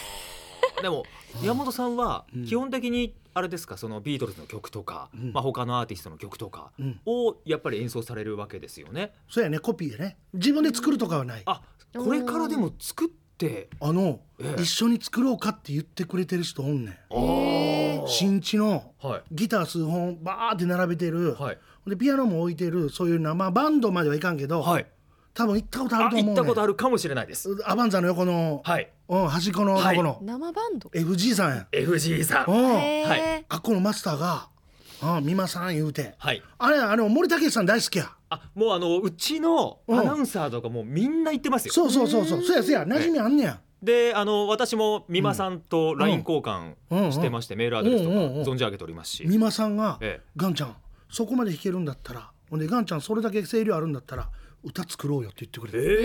Speaker 2: でも山本さんは
Speaker 1: うん
Speaker 2: 基本的にあれですかそのビートルズの曲とか、
Speaker 1: うん
Speaker 2: まあ他のアーティストの曲とか
Speaker 1: うん
Speaker 2: をやっぱり演奏されるわけですよね。
Speaker 1: そうやねコピーやね自分で作るとかはないあ
Speaker 2: あこれからでも作って
Speaker 1: の、
Speaker 2: ええ
Speaker 1: 一緒に作ろうかって言ってくれてる人おんねん
Speaker 2: あ
Speaker 3: え
Speaker 2: ー
Speaker 1: 新地の
Speaker 2: はい
Speaker 1: ギター数本バーって並べてる、
Speaker 2: はい
Speaker 1: でピアノも置いてるそういう生バンドまではいかんけど、
Speaker 2: はい
Speaker 1: 多分行ったことあ
Speaker 2: あ
Speaker 1: ると思う
Speaker 2: 行
Speaker 1: ね
Speaker 2: ったことあるかもしれないです。
Speaker 1: アバンザの横の、
Speaker 2: はい
Speaker 1: うん、端っこのとこの、
Speaker 3: 生バンド
Speaker 1: FG さんや
Speaker 2: FG さん
Speaker 1: うん
Speaker 3: へー
Speaker 2: はい
Speaker 1: あっこのマスターが「あ美馬さん」言うて
Speaker 2: はい
Speaker 1: あれあの森武さん大好きや
Speaker 2: あもうあのうちのアナウンサーとかもうみんな言ってますよ。
Speaker 1: そうそうそうそうそうやそうや馴染みあんねや
Speaker 2: であの私も美馬さんと LINE 交換
Speaker 1: うんうん
Speaker 2: してまして、メールアドレスとか
Speaker 1: うんうんうん
Speaker 2: 存じ上げておりますし、
Speaker 1: 美馬さんが
Speaker 2: え
Speaker 1: 「ガンちゃんそこまで弾けるんだったらほんでガンちゃんそれだけ声量あるんだったら歌作ろうよ」って言ってくれ
Speaker 2: え
Speaker 1: て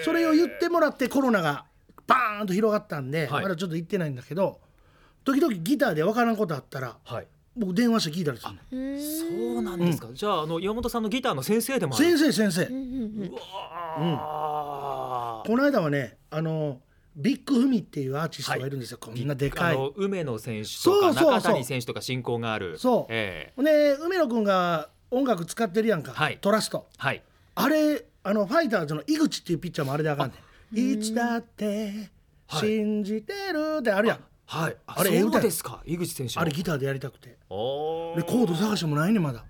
Speaker 2: え
Speaker 1: それを言ってもらってコロナがバーンと広がったんで
Speaker 2: はい
Speaker 1: まだちょっと行ってないんだけど時々ギターで分からんことあったら
Speaker 2: はい
Speaker 1: 僕電話して聞いたりするの
Speaker 3: うん
Speaker 2: そうなんですか、じゃああの岩本さんのギターの先生でもある
Speaker 1: 先生先生
Speaker 3: うんうんうん
Speaker 2: うわー
Speaker 1: この間はねあのビッグフミっていうアーティストがいるんですよ、こんなでか
Speaker 2: あ
Speaker 1: い
Speaker 2: の梅野選手と
Speaker 1: そ
Speaker 2: か
Speaker 1: うそうそう
Speaker 2: 中谷選手とか親交がある
Speaker 1: そう
Speaker 2: ええ
Speaker 1: ね梅野君が音楽使ってるやんか、
Speaker 2: はい
Speaker 1: トラスト
Speaker 2: はい
Speaker 1: あれあのファイターズの井口っていうピッチャーもあれであかんねんいつだって
Speaker 2: はい
Speaker 1: 信じてるってあるやん、
Speaker 2: はい
Speaker 1: あ
Speaker 2: あ
Speaker 1: れええ
Speaker 2: そ
Speaker 1: 歌や
Speaker 2: うですか井口選手
Speaker 1: あれギターでやりたくてで
Speaker 2: コ
Speaker 1: コード探してもないねんまだ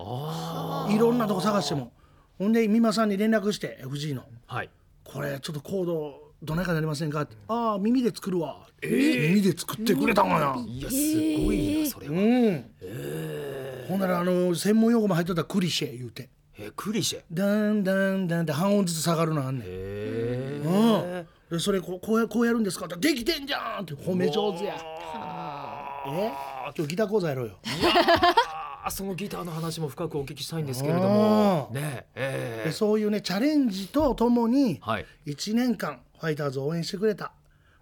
Speaker 2: あ
Speaker 1: いろんなとこ探してもほんで美馬さんに連絡して藤井の
Speaker 2: ーはい
Speaker 1: 「これちょっとコードどないかなりませんか?」って「ああ耳で作るわ」耳で作ってくれたんや
Speaker 2: いやすごいなそれ
Speaker 1: う
Speaker 2: は、
Speaker 1: んほんならあの専門用語も入っとったらクリシェ言うて
Speaker 2: えクリシェへ
Speaker 1: だんだんだんって半音ずつ下がるのあんねん
Speaker 2: え
Speaker 1: うん、でそれこうこうやこうやるんですかってできてんじゃんって褒め上手やえ今日ギター講座やろうよ
Speaker 2: <laughs> あーそのギターの話も深くお聞きしたいんですけれども
Speaker 1: あー
Speaker 2: ねええ
Speaker 1: でそういうねチャレンジとともに
Speaker 2: はい
Speaker 1: 1年間ファイターズを応援してくれた、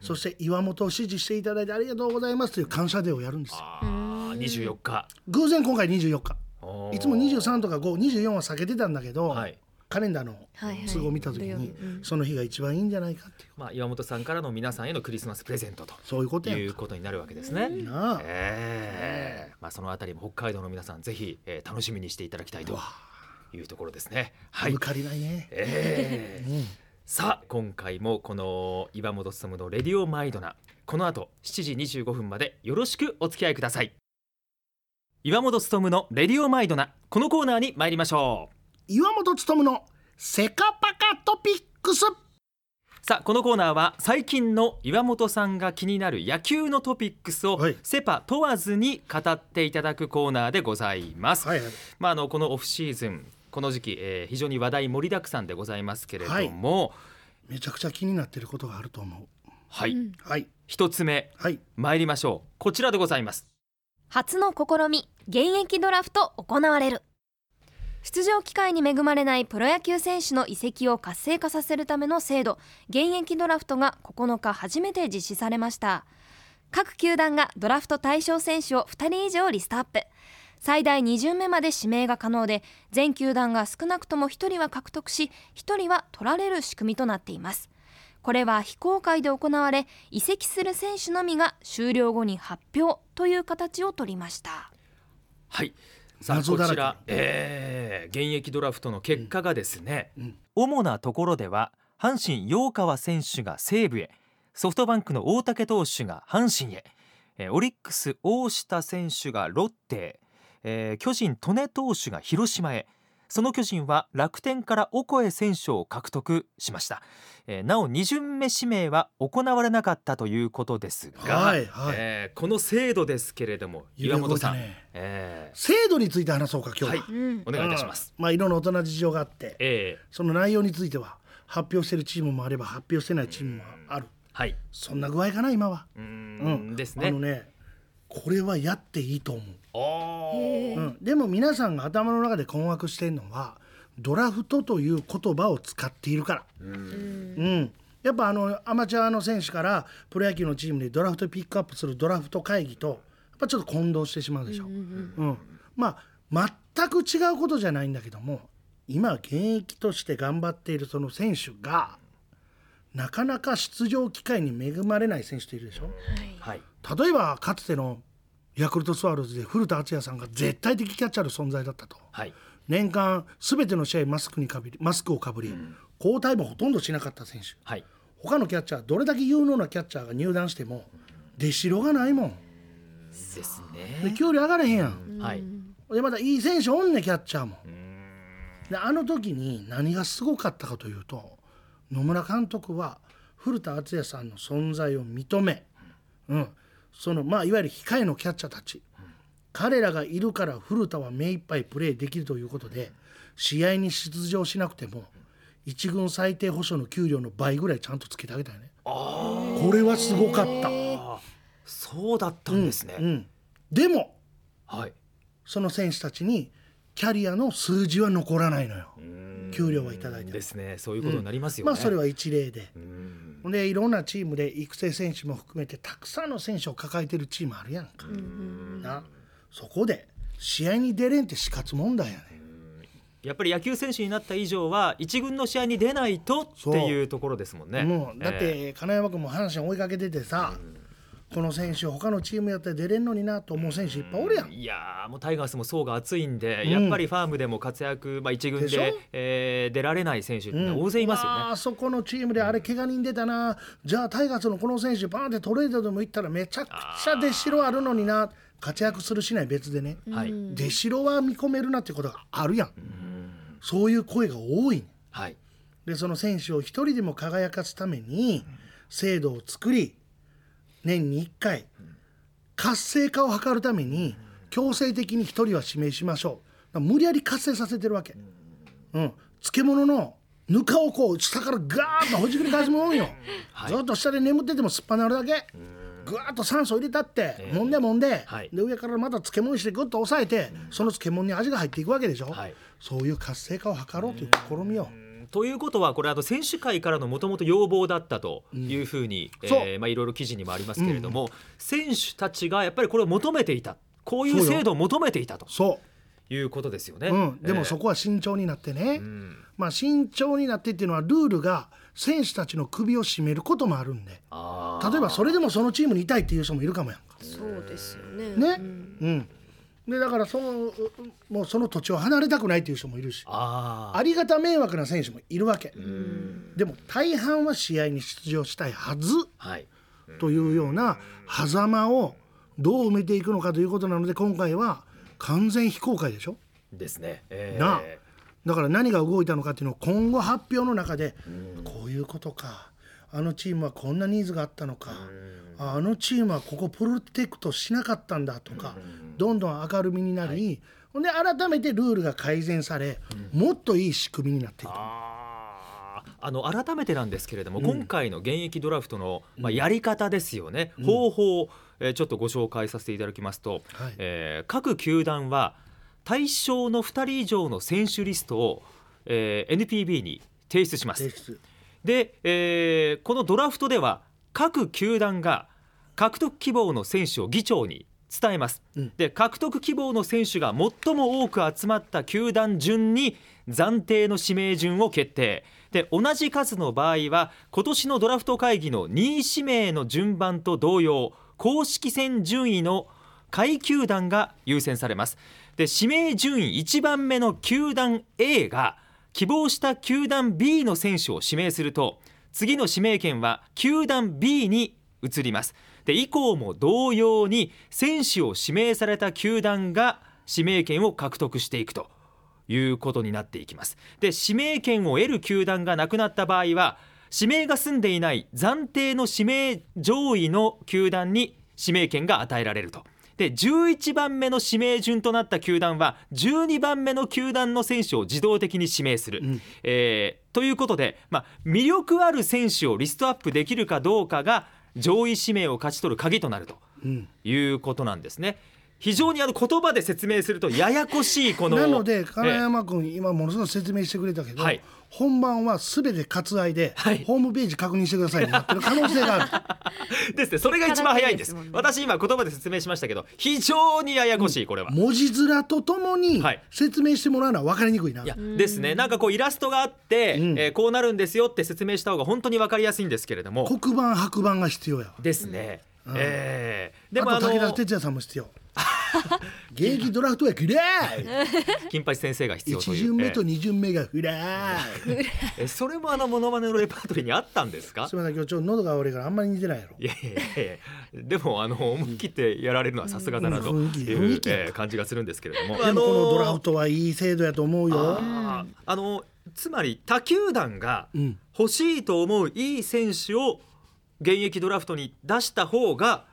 Speaker 1: そして岩本を支持していただいてありがとうございますという感謝デーをやるんですよ
Speaker 2: ああ二十四日
Speaker 1: 偶然今回24日
Speaker 2: おー
Speaker 1: いつも23とか524は避けてたんだけど、
Speaker 2: はい
Speaker 1: カレンダーの
Speaker 3: はいはい
Speaker 1: 都合を見た時
Speaker 3: 土曜日
Speaker 1: に
Speaker 3: うん
Speaker 1: その日が一番いいんじゃないかっていう
Speaker 2: まあ岩本さんからの皆さんへのクリスマスプレゼントと
Speaker 1: そういうことや
Speaker 2: い
Speaker 1: ん
Speaker 2: う
Speaker 1: か
Speaker 2: ことになるわけですね。
Speaker 1: なあ
Speaker 2: ええまあそのあたりも北海道の皆さんぜひ、えー、楽しみにしていただきたいというところですね。はい
Speaker 1: 抜。かりないね、
Speaker 2: ええ
Speaker 1: うん
Speaker 2: さあ今回もこの岩本進のレディオマイドナこの後7時25分までよろしくお付き合いください岩本進のレディオマイドナこのコーナーに参りましょう
Speaker 1: 岩本勉のセカパカトピックス
Speaker 2: さあこのコーナーは最近の岩本さんが気になる野球のトピックスを
Speaker 1: はい
Speaker 2: セパ問わずに語っていただくコーナーでございます、
Speaker 1: はいはい
Speaker 2: まあ、あのこのオフシーズンこの時期、えー非常に話題盛りだくさんでございますけれども
Speaker 1: めちゃくちゃ気になってることがあると思う
Speaker 2: はい、
Speaker 3: うん
Speaker 1: はい
Speaker 2: 一つ目
Speaker 1: はい
Speaker 2: 参りましょうこちらでございます
Speaker 5: 初の試み現役ドラフト行われる出場機会に恵まれないプロ野球選手の移籍を活性化させるための制度現役ドラフトが9日初めて実施されました各球団がドラフト対象選手を2人以上リストアップ最大2巡目まで指名が可能で全球団が少なくとも1人は獲得し1人は取られる仕組みとなっていますこれは非公開で行われ移籍する選手のみが終了後に発表という形を取りました
Speaker 2: はいさあ
Speaker 1: 謎
Speaker 2: こ
Speaker 1: だら
Speaker 2: ち
Speaker 1: け
Speaker 2: ら、えー現役ドラフトの結果がですね、
Speaker 1: うんうん
Speaker 2: 主なところでは阪神陽川選手が西武へソフトバンクの大竹投手が阪神へえーオリックス大下選手がロッテへ、えー巨人利根投手が広島へその巨人は楽天からオコエ選手を獲得しました、えーなお2巡目指名は行われなかったということですが、
Speaker 1: はいはい
Speaker 2: えーこの制度ですけれども
Speaker 1: 揺れ
Speaker 2: 岩
Speaker 1: 動
Speaker 2: 本
Speaker 1: い
Speaker 2: さ
Speaker 1: た
Speaker 2: ん、
Speaker 1: ね
Speaker 2: えー
Speaker 1: 制度について話そうか今日は、
Speaker 2: は
Speaker 3: うん
Speaker 2: お願いいたします、
Speaker 1: うんまあいろんな大人事情があって
Speaker 2: え
Speaker 1: その内容については発表してるチームもあれば発表してないチームもある
Speaker 2: ーはい
Speaker 1: そんな具合かな今は、
Speaker 2: うーん
Speaker 1: うん
Speaker 2: です
Speaker 1: あ
Speaker 2: ね
Speaker 1: のねこれはやっていいと思
Speaker 2: あー
Speaker 3: へ
Speaker 1: う、
Speaker 3: ー
Speaker 1: うん、でも皆さんが頭の中で困惑してるのはドラフトという言葉を使っているからうん、やっぱあのアマチュアの選手からプロ野球のチームにドラフトピックアップするドラフト会議とやっぱちょっと混同してしまうでしょ。うんまあ全く違うことじゃないんだけども今現役として頑張っているその選手がなかなか出場機会に恵まれない選手っているでしょ。
Speaker 2: はい
Speaker 1: 例えばかつてのヤクルトスワローズで古田敦也さんが絶対的キャッチャーの存在だったと。
Speaker 2: はい
Speaker 1: 年間全ての試合マスクにかぶりマスクをかぶり、交代もほとんどしなかった選手。
Speaker 2: はい
Speaker 1: 他のキャッチャーどれだけ有能なキャッチャーが入団しても出しろがないもん
Speaker 2: です
Speaker 1: で
Speaker 2: ね
Speaker 1: 給料上がれへんやん
Speaker 2: はい
Speaker 1: でまたいい選手おんねんキャッチャーもであの時に何がすごかったかというと野村監督は古田敦也さんの存在を認め、うん、そのまあいわゆる控えのキャッチャーたち彼らがいるから古田は目いっぱいプレーできるということで試合に出場しなくても一軍最低保障の給料の倍ぐらいちゃんとつけてあげたよねこれはすごかった、
Speaker 2: そうだったんですね、
Speaker 1: うん、でも
Speaker 2: はい
Speaker 1: その選手たちにキャリアの数字は残らないのよ給料はいただいてる
Speaker 2: ですねそういうことになりますよね、
Speaker 1: まあそれは一例で
Speaker 2: うん
Speaker 1: でいろんなチームで育成選手も含めてたくさんの選手を抱えてるチームあるやんかなそこで試合に出れんって死活問題やね
Speaker 2: やっぱり野球選手になった以上は一軍の試合に出ないとっていうところですもんね。
Speaker 1: もうだって
Speaker 2: え
Speaker 1: 金山君も話を追いかけててさこの選手他のチームやったら出れんのになと思う選手いっぱいおるや
Speaker 2: ー
Speaker 1: ん
Speaker 2: いやーもうタイガースも層が厚いんで、
Speaker 1: うん
Speaker 2: やっぱりファームでも活躍、まあ、一軍
Speaker 1: でし
Speaker 2: で
Speaker 1: ょ、
Speaker 2: えー出られない選手って大勢いますよね。
Speaker 1: ああそこのチームであれ怪我人出たなじゃあタイガースのこの選手バーンってトレードでも行ったらめちゃくちゃ出しろあるのにな活躍するしない別でね
Speaker 2: はい、
Speaker 1: 出しろは見込めるなってことがあるやんそういう声が多いね
Speaker 2: はい、
Speaker 1: でその選手を一人でも輝かすために制度を作り年に1回活性化を図るために強制的に一人は指名しましょうだから無理やり活性させてるわけ、うん、漬物のぬかをこう下からガーッとほじくり返すもんよ、
Speaker 2: はい
Speaker 1: ずっと下で眠っててもすっぱなるだけぐわーっと酸素入れたって、揉んで揉んで,、
Speaker 2: はい
Speaker 1: で上からまた漬物にしてぐっと押さえて、その漬物に味が入っていくわけでしょ、
Speaker 2: はい
Speaker 1: そういう活性化を図ろうという試みを。
Speaker 2: ということはこれあの選手会からのもともと要望だったというふうに、え
Speaker 1: そう
Speaker 2: ーまあ、いろいろ記事にもありますけれども、選手たちがやっぱりこれを求めていたこういう
Speaker 1: そうよ
Speaker 2: 制度を求めていたと
Speaker 1: そ
Speaker 2: いうことですよね。
Speaker 1: う、うん、でもそ
Speaker 2: こ、
Speaker 1: こは慎重になってね、
Speaker 2: うん
Speaker 1: まあ慎重になってっていうのはルールが選手たちの首を絞めることもあるんで
Speaker 2: あー
Speaker 1: 例えばそれでもそのチームにいたいっていう人もいるかもやんか
Speaker 3: そうですよね。
Speaker 1: ね
Speaker 3: うん
Speaker 1: うんでだからそのうもうその土地を離れたくないっていう人もいるし
Speaker 2: あー
Speaker 1: ありがた迷惑な選手もいるわけでも大半は試合に出場したいはず
Speaker 2: はい
Speaker 1: というような狭間をどう埋めていくのかということなので今回は完全非公開でしょ
Speaker 2: ですね、えー
Speaker 1: なあだから何が動いたのかっていうのを今後発表の中でこういうことかあのチームはこんなニーズがあったのかああのチームはここプロテクトしなかったんだとかどんどん明るみになりほんで改めてルールが改善されもっといい仕組みになっていく。
Speaker 2: あーあの改めてなんですけれども、今回の現役ドラフトの、まあ、やり方ですよね、方法を、えーちょっとご紹介させていただきますと、
Speaker 1: はい
Speaker 2: えー各球団は対象の2人以上の選手リストを、えー NPB に提出します
Speaker 1: 提。出
Speaker 2: で、えーこのドラフトでは各球団が獲得希望の選手を議長に伝えます、
Speaker 1: うん
Speaker 2: で獲得希望の選手が最も多く集まった球団順に暫定の指名順を決定で同じ数の場合は今年のドラフト会議の2位指名の順番と同様公式戦順位の下位球団が優先されますで指名順位1番目の球団 A が希望した球団 B の選手を指名すると次の指名権は球団 B に移りますで以降も同様に選手を指名された球団が指名権を獲得していくということになっていきますで指名権を得る球団がなくなった場合は指名が済んでいない暫定の指名上位の球団に指名権が与えられるとで11番目の指名順となった球団は12番目の球団の選手を自動的に指名する、
Speaker 1: うん
Speaker 2: えーということで、まあ、魅力ある選手をリストアップできるかどうかが上位指名を勝ち取る鍵となると
Speaker 1: うん
Speaker 2: いうことなんですね。非常にあの言葉で説明するとややこしいこの
Speaker 1: なので金山君、今ものすごく説明してくれたけど、
Speaker 2: はい
Speaker 1: 本番はすべて割愛で、
Speaker 2: はい
Speaker 1: ホームページ確認してくださいになってる可能性がある
Speaker 2: ですねそれが一番早いんです
Speaker 3: 結果だけですもんね
Speaker 2: 私今言葉で説明しましたけど非常にややこしいこれは、
Speaker 1: 文字面とともに
Speaker 2: はい
Speaker 1: 説明してもらうのは分かりにくいない
Speaker 2: やですねなんかこうイラストがあって、
Speaker 1: うん
Speaker 2: えーこうなるんですよって説明した方が本当にわかりやすいんですけれども
Speaker 1: 黒板白板が必要やわ
Speaker 2: ですね、
Speaker 1: うん
Speaker 2: えー
Speaker 1: で
Speaker 2: でも
Speaker 1: も
Speaker 2: あ
Speaker 1: あと武田
Speaker 2: の
Speaker 1: 鉄矢さんも必
Speaker 2: <laughs>
Speaker 1: 要現役ドラフトはくれーい
Speaker 2: 金八先生が必要と
Speaker 1: 1
Speaker 2: いう
Speaker 1: 巡目
Speaker 2: え
Speaker 1: と
Speaker 2: ー
Speaker 1: 2巡目がくれーい
Speaker 2: えーそれもあのモノマネのレパートリーにあったんですか
Speaker 1: すみません今日ちょっと喉が悪いからあんまり似てないやろ
Speaker 2: いやいやいやいやでもあの思い切ってやられるのはさすがだなと
Speaker 1: うん雰囲気
Speaker 2: い
Speaker 1: 雰
Speaker 2: う
Speaker 1: 囲気や
Speaker 2: えー感じがするんですけれども。
Speaker 1: でもこのドラフトはいい制度やと思うよ
Speaker 2: あーあのつまり他球団が
Speaker 1: うん
Speaker 2: 欲しいと思ういい選手を現役ドラフトに出した方が、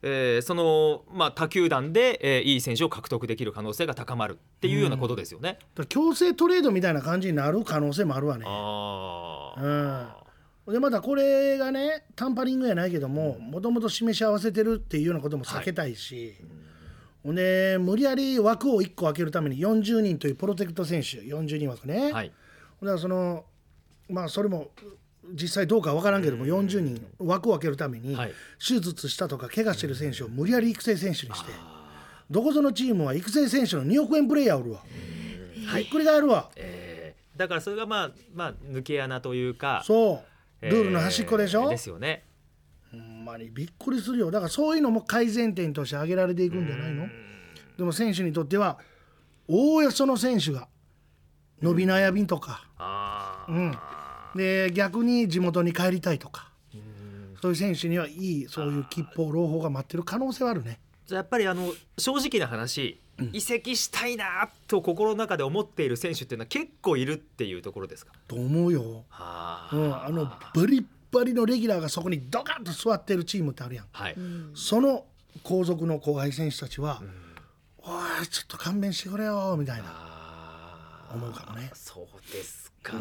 Speaker 2: えーその、まあ、他球団で、えーいい選手を獲得できる可能性が高まるっていうようなことですよね。
Speaker 1: だから強制トレードみたいな感じになる可能性もあるわね
Speaker 2: あー
Speaker 1: うん、でまたこれがねタンパリングやないけどももともと示し合わせてるっていうようなことも避けたいし、ほんで無理やり枠を1個開けるために40人というプロテクト選手40人枠ね、
Speaker 2: はい、
Speaker 1: だからそのまあそれも実際どうか分からんけども40人枠を開けるために
Speaker 2: はい
Speaker 1: 手術したとか怪我してる選手を無理やり育成選手にしてどこぞのチームは育成選手の2億円プレイヤーおるわひっくり返るわ
Speaker 2: えーだからそれが、まあまあ、抜け穴というか
Speaker 1: そう
Speaker 2: え
Speaker 1: ルールの端っこでしょ、
Speaker 2: ですよね。
Speaker 1: ほんまにびっくりするよだからそういうのも改善点として挙げられていくんじゃないのでも選手にとってはおおよその選手が伸び悩みとか、
Speaker 2: あー
Speaker 1: うん、で逆に地元に帰りたいとかそういう選手にはいいそういう吉報朗報が待ってる可能性はあるね。
Speaker 2: じゃあやっぱりあの正直な話、移籍したいなと心の中で思っている選手っていうのは結構いるっていうところですか。
Speaker 1: と思うよ、
Speaker 2: あ
Speaker 1: う
Speaker 2: ー
Speaker 1: ん、あのバリッバリのレギュラーがそこにドカッと座ってるチームってあるやん。
Speaker 2: はい、
Speaker 1: その後続の後輩選手たちは「おいちょっと勘弁してくれよ」みたいな
Speaker 2: あー
Speaker 1: 思うかもね
Speaker 2: そうですか、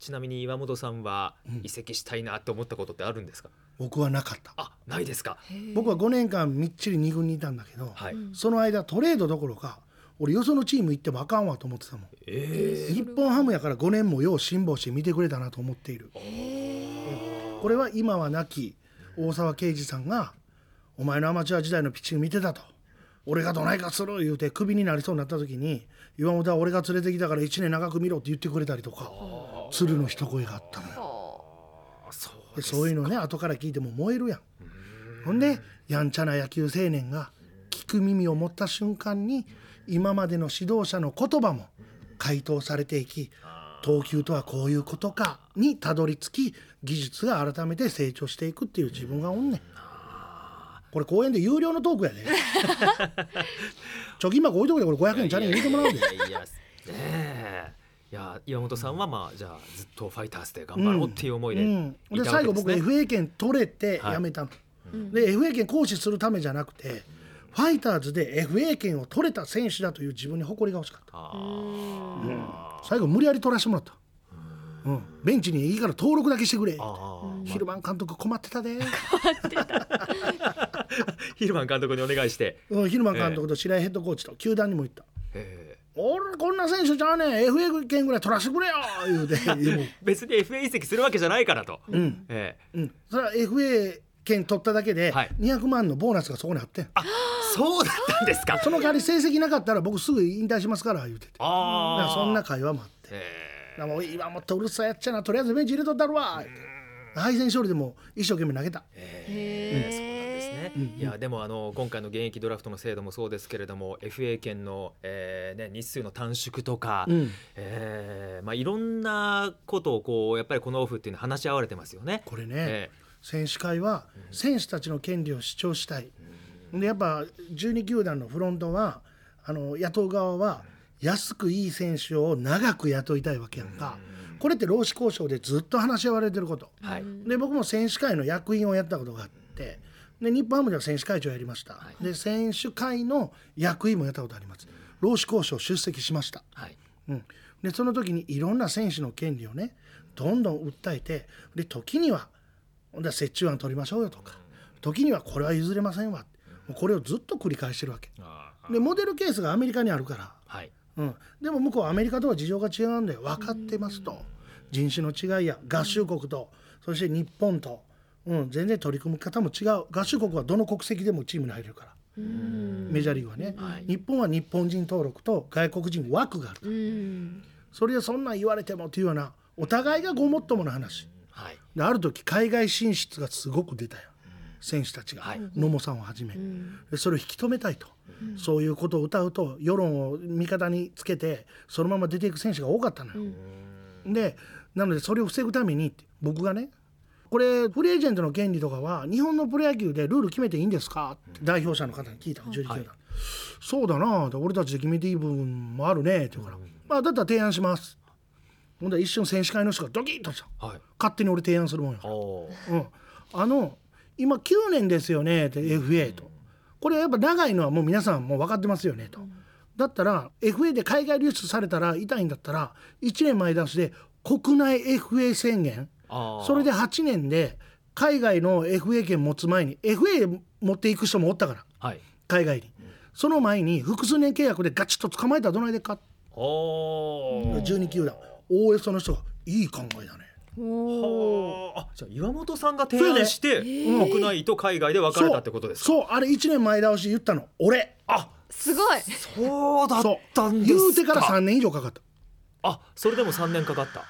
Speaker 2: ちなみに岩本さんは移籍したいなと思ったことってあるんですか、
Speaker 1: 僕はなかった。
Speaker 2: あないですか
Speaker 1: 僕は5年間みっちり2軍にいたんだけど、
Speaker 2: はい、
Speaker 1: その間トレードどころか俺よそのチーム行ってもあかんわと思ってたもん
Speaker 2: え
Speaker 1: 日本ハムやから5年もよう辛抱して見てくれたなと思っているこれは今は亡き大沢啓二さんが「お前のアマチュア時代のピッチング見てた」と「俺がどないかする」言うてクビになりそうになった時に「岩本は俺が連れてきたから1年長く見ろ」って言ってくれたりとか鶴の一声があったのよ。
Speaker 2: ー、そう
Speaker 1: で
Speaker 2: です
Speaker 1: そういうのね後から聞いても燃えるやんほんでやんちゃな野球青年が聞く耳を持った瞬間に今までの指導者の言葉も回答されていき投球とはこういうことかにたどり着き技術が改めて成長していくっていう自分がおんねんこれ公園で有料のトーク <laughs> やで貯金箱置いとくでこれ500円チャレンジ入れてもらうで
Speaker 2: いやいやいやねえいや岩本さんはまあじゃあずっとファイターズで頑張ろうっていう思いでいた
Speaker 1: うんで
Speaker 2: わ
Speaker 1: 最
Speaker 2: け
Speaker 1: 後
Speaker 2: です
Speaker 1: 僕
Speaker 2: ね、
Speaker 1: FA 権取れて
Speaker 2: はい
Speaker 1: 辞めたの、で FA 権行使するためじゃなくてファイターズで FA 権を取れた選手だという自分に誇りが欲しかった
Speaker 2: あ
Speaker 1: 最後無理やり取らせてもらった、うん、ベンチにいいから登録だけしてくれ
Speaker 2: ーあー、
Speaker 1: 昼間監督困ってた
Speaker 2: <laughs>
Speaker 1: で、
Speaker 2: ヒルマン監督にお願いして、
Speaker 1: うん、昼間監督と白井ヘッドコーチと球団にも行った
Speaker 2: え
Speaker 1: 「俺こんな選手じゃあねん FA 権ぐらい取らせてくれよ」言う
Speaker 2: <laughs>
Speaker 1: てでも
Speaker 2: ー別に FA 移籍するわけじゃないからと、
Speaker 1: うん
Speaker 2: えー
Speaker 1: うん、それは FA 権取っただけで
Speaker 2: はい
Speaker 1: 200万のボーナスがそこにあってん
Speaker 2: そうだったんですか
Speaker 1: その代わり成績なかったら僕すぐ引退しますから言うててだか
Speaker 2: あ
Speaker 1: ら
Speaker 2: あ
Speaker 1: そんな会話もあって
Speaker 2: え
Speaker 1: だからもう今もっとうるさいやっちゃなとりあえずベンチ入れとったるわ敗戦勝利でも一生懸命投げた
Speaker 2: えそうなんですね、いやでもあの今回の現役ドラフトの制度もそうですけれども FA 権の、えーね、日数の短縮とか、
Speaker 1: うん
Speaker 2: えーまあ、いろんなことをこうやっぱりこのオフっていうのは話し合われてますよね。
Speaker 1: これね、
Speaker 2: え
Speaker 1: 選手会は選手たちの権利を主張したいでやっぱ12球団のフロントはあの野党側は安くいい選手を長く雇いたいわけやんか、これって労使交渉でずっと話し合われてること、
Speaker 2: はい
Speaker 1: で僕も選手会の役員をやったことがあってで日本ハムでは選手会長やりました、で選手会の役員もやったことあります労使交渉出席しました、
Speaker 2: はい
Speaker 1: うん、でその時にいろんな選手の権利をねどんどん訴えてで時にはほんだら折衷案取りましょうよとか時にはこれは譲れませんわもうこれをずっと繰り返してるわけ
Speaker 2: あー
Speaker 1: でモデルケースがアメリカにあるから
Speaker 2: はい
Speaker 1: うん、でも向こうはアメリカとは事情が違うんで分かってますと人種の違いや合衆国とそして日本と、うん、全然取り組み方も違う合衆国はどの国籍でもチームに入れるからメジャーリーグはね、日本は日本人登録と外国人枠がある
Speaker 3: うん
Speaker 1: それでそんなん言われてもっていうようなお互いがごもっともな話
Speaker 2: はい
Speaker 1: である時海外進出がすごく出たよ選手たちが、
Speaker 2: はい
Speaker 1: 野茂さんをはじめ、でそれを引き止めたいと、そういうことを歌うと世論を味方につけてそのまま出ていく選手が多かったのよ。でなのでそれを防ぐためにって僕がねこれフリーエージェントの権利とかは日本のプロ野球でルール決めていいんですかって代表者の方に聞いたの、12球団、そうだなって俺たちで決めていい部分もあるねって言うから、まあだったら提案しますほんで一瞬選手会の人がドキッとした
Speaker 2: はい
Speaker 1: 勝手に俺提案するもんよ
Speaker 2: おおー
Speaker 1: うん、あの今9年ですよねって FA とこれやっぱ長いのはもう皆さんもう分かってますよねとだったら FA で海外流出されたら痛いんだったら1年前出しで国内 FA 宣言
Speaker 2: あー
Speaker 1: それで8年で海外の FA 権持つ前に FA 持っていく人もおったから
Speaker 2: はい
Speaker 1: 海外にその前に複数年契約でガチッと捕まえたらどないでか
Speaker 2: おお
Speaker 1: 12球団 OS の人がいい考えだね
Speaker 2: はああじゃあ岩本さんが提
Speaker 1: そうや
Speaker 2: 案
Speaker 1: で
Speaker 2: して国内と海外で分かれたってことですか
Speaker 1: そうそうあれ1年前倒し言ったの俺
Speaker 2: あ
Speaker 3: すごい
Speaker 2: そうだっ
Speaker 1: そ
Speaker 2: たん
Speaker 1: う
Speaker 2: です
Speaker 1: 言
Speaker 2: か
Speaker 1: うてから3年以上かかった、
Speaker 2: あそれでも3年かかった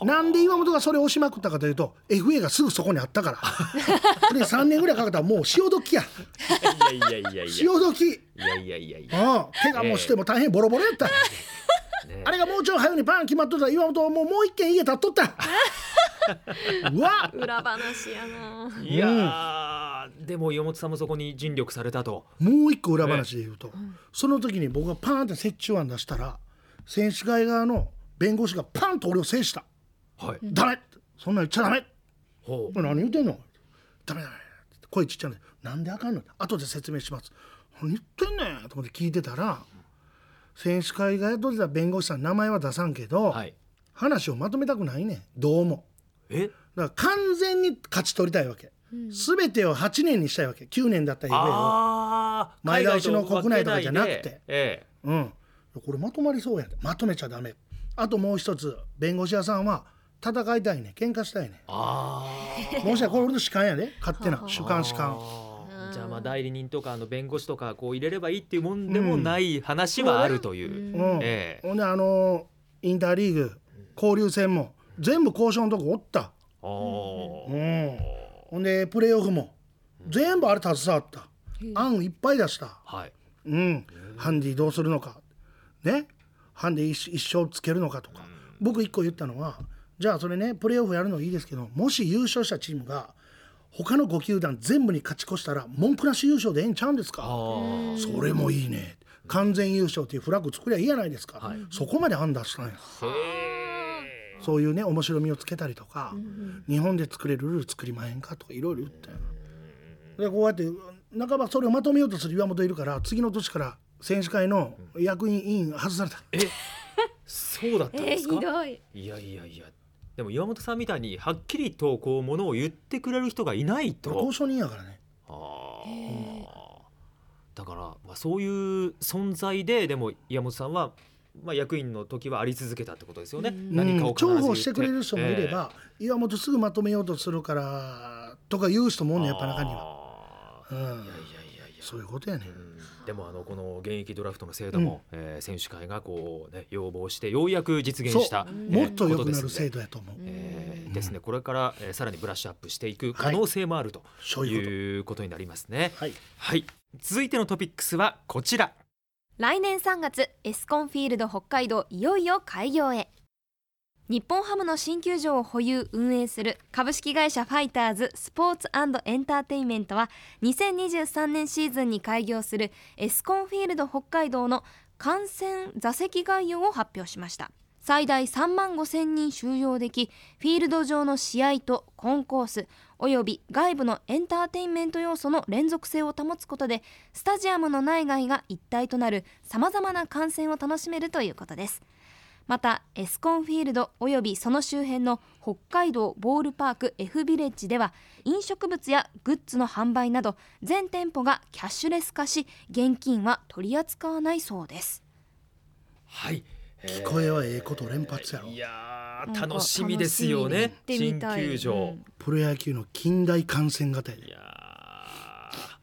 Speaker 1: うん、なんで岩本がそれを押しまくったかというと FA がすぐそこにあったから <laughs> で3年ぐらいかかったらもう潮時や
Speaker 2: いやいやいやいや
Speaker 1: 潮時
Speaker 2: いやいやいやいや
Speaker 1: うん怪我もしても大変ボロボロやった、
Speaker 2: ね
Speaker 1: あれがもうちょい早うにパン決まっとったら岩本はもうもう一軒家建っとった <laughs> うわ
Speaker 3: 裏話やない
Speaker 2: やーでも岩本さんもそこに尽力されたと
Speaker 1: もう一個裏話で言うと、その時に僕がパーンって折衷案出したら選手会側の弁護士がパンと俺を制した
Speaker 2: はい
Speaker 1: 「ダメそんなん言っちゃダメ
Speaker 2: ほう
Speaker 1: お前何言ってんのダメだね声ちっちゃいのになんであかんの後で説明します何言ってんねんと思って聞いてたら選手会が雇ってた弁護士さん名前は出さんけど、
Speaker 2: はい
Speaker 1: 話をまとめたくないねんどうも
Speaker 2: え
Speaker 1: だから完全に勝ち取りたいわけ、全てを8年にしたいわけ9年だったら FA を
Speaker 2: あー
Speaker 1: 前倒しの国内とかじゃなくて
Speaker 2: 海外と分けいでえ
Speaker 1: うんこれまとまりそうやでまとめちゃダメあともう一つ弁護士屋さんは戦いたいねん喧嘩したいねん
Speaker 2: えあ
Speaker 1: もしかこれ俺の主観やで勝手な主
Speaker 2: あ
Speaker 1: 観主観
Speaker 2: じゃあまあ代理人とかあの弁護士とかこう入れればいいっていうもんでもない話はあるという、
Speaker 1: うん
Speaker 2: ええ
Speaker 1: ほんであのインターリーグ交流戦も全部交渉のとこおった、
Speaker 2: あー
Speaker 1: うん、ほんでプレーオフも全部あれ携わった案いっぱい出した、
Speaker 2: はい
Speaker 1: うん、ハンディどうするのかねハンディ一一生つけるのかとか僕一個言ったのはじゃあそれねプレーオフやるのいいですけどもし優勝したチームが他の5球団全部に勝ち越したら文句なし優勝でええんちゃうんですか
Speaker 2: あー
Speaker 1: それもいいね完全優勝っていうフラッグ作りゃいいやないですか、そこまで判断したんやそういうね面白みをつけたりとか、日本で作れるルール作りまへんかとかいろいろ言ったんやでこうやって半ばそれをまとめようとする岩本いるから次の年から選手会の役員委員外された、
Speaker 2: そうだった
Speaker 3: え
Speaker 2: んですか
Speaker 3: ひどい
Speaker 2: いやいやいやでも岩本さんみたいにはっきりとこうものを言ってくれる人がいないと
Speaker 1: 交渉人やからね
Speaker 2: あーだから、まあ、そういう存在ででも岩本さんは、まあ、役員の時はあり続けたってことですよね、何
Speaker 1: う
Speaker 2: かを
Speaker 1: ん
Speaker 2: 必ず
Speaker 1: 重
Speaker 2: 言って
Speaker 1: 宝してくれる人もいれ、ば、岩本すぐまとめようとするからとか言う人もおんねやっぱ中には、
Speaker 2: は
Speaker 1: うん、
Speaker 2: いやいやいやいや
Speaker 1: そういうことやね、
Speaker 2: でもあのこの現役ドラフトの制度も、えー選手会がこう、ね、要望してようやく実現した、
Speaker 1: そう
Speaker 2: えー
Speaker 1: もっと良くなる制
Speaker 2: こ
Speaker 1: 度やと思う、
Speaker 2: とですので,、えーですねこれから、えーさらにブラッシュアップしていく可能性もあると
Speaker 1: そういうこと
Speaker 2: いうことになりますね。
Speaker 1: はい
Speaker 2: はい、続いてのトピックスはこちら
Speaker 5: 来年3月エスコンフィールド北海道いよいよ開業へ日本ハムの新球場を保有運営する株式会社ファイターズスポーツエンターテインメントは2023年シーズンに開業するエスコンフィールド北海道の観戦座席概要を発表しました最大3万5千人収容できフィールド上の試合とコンコースおよび外部のエンターテインメント要素の連続性を保つことでスタジアムの内外が一体となるさまざまな観戦を楽しめるということですまたエスコンフィールドおよびその周辺の北海道ボールパーク F ビレッジでは飲食物やグッズの販売など全店舗がキャッシュレス化し現金は取り扱わないそうです
Speaker 2: はい、えー
Speaker 1: 聞こえはええこと連発やろ
Speaker 2: いや
Speaker 5: なん
Speaker 2: ー
Speaker 5: か
Speaker 2: 楽しみですよね
Speaker 5: 楽しみに
Speaker 2: 新
Speaker 5: 行ってみたい
Speaker 2: 球場、
Speaker 5: うん
Speaker 1: プロ野球の近代感染型や
Speaker 2: い
Speaker 1: で
Speaker 2: やー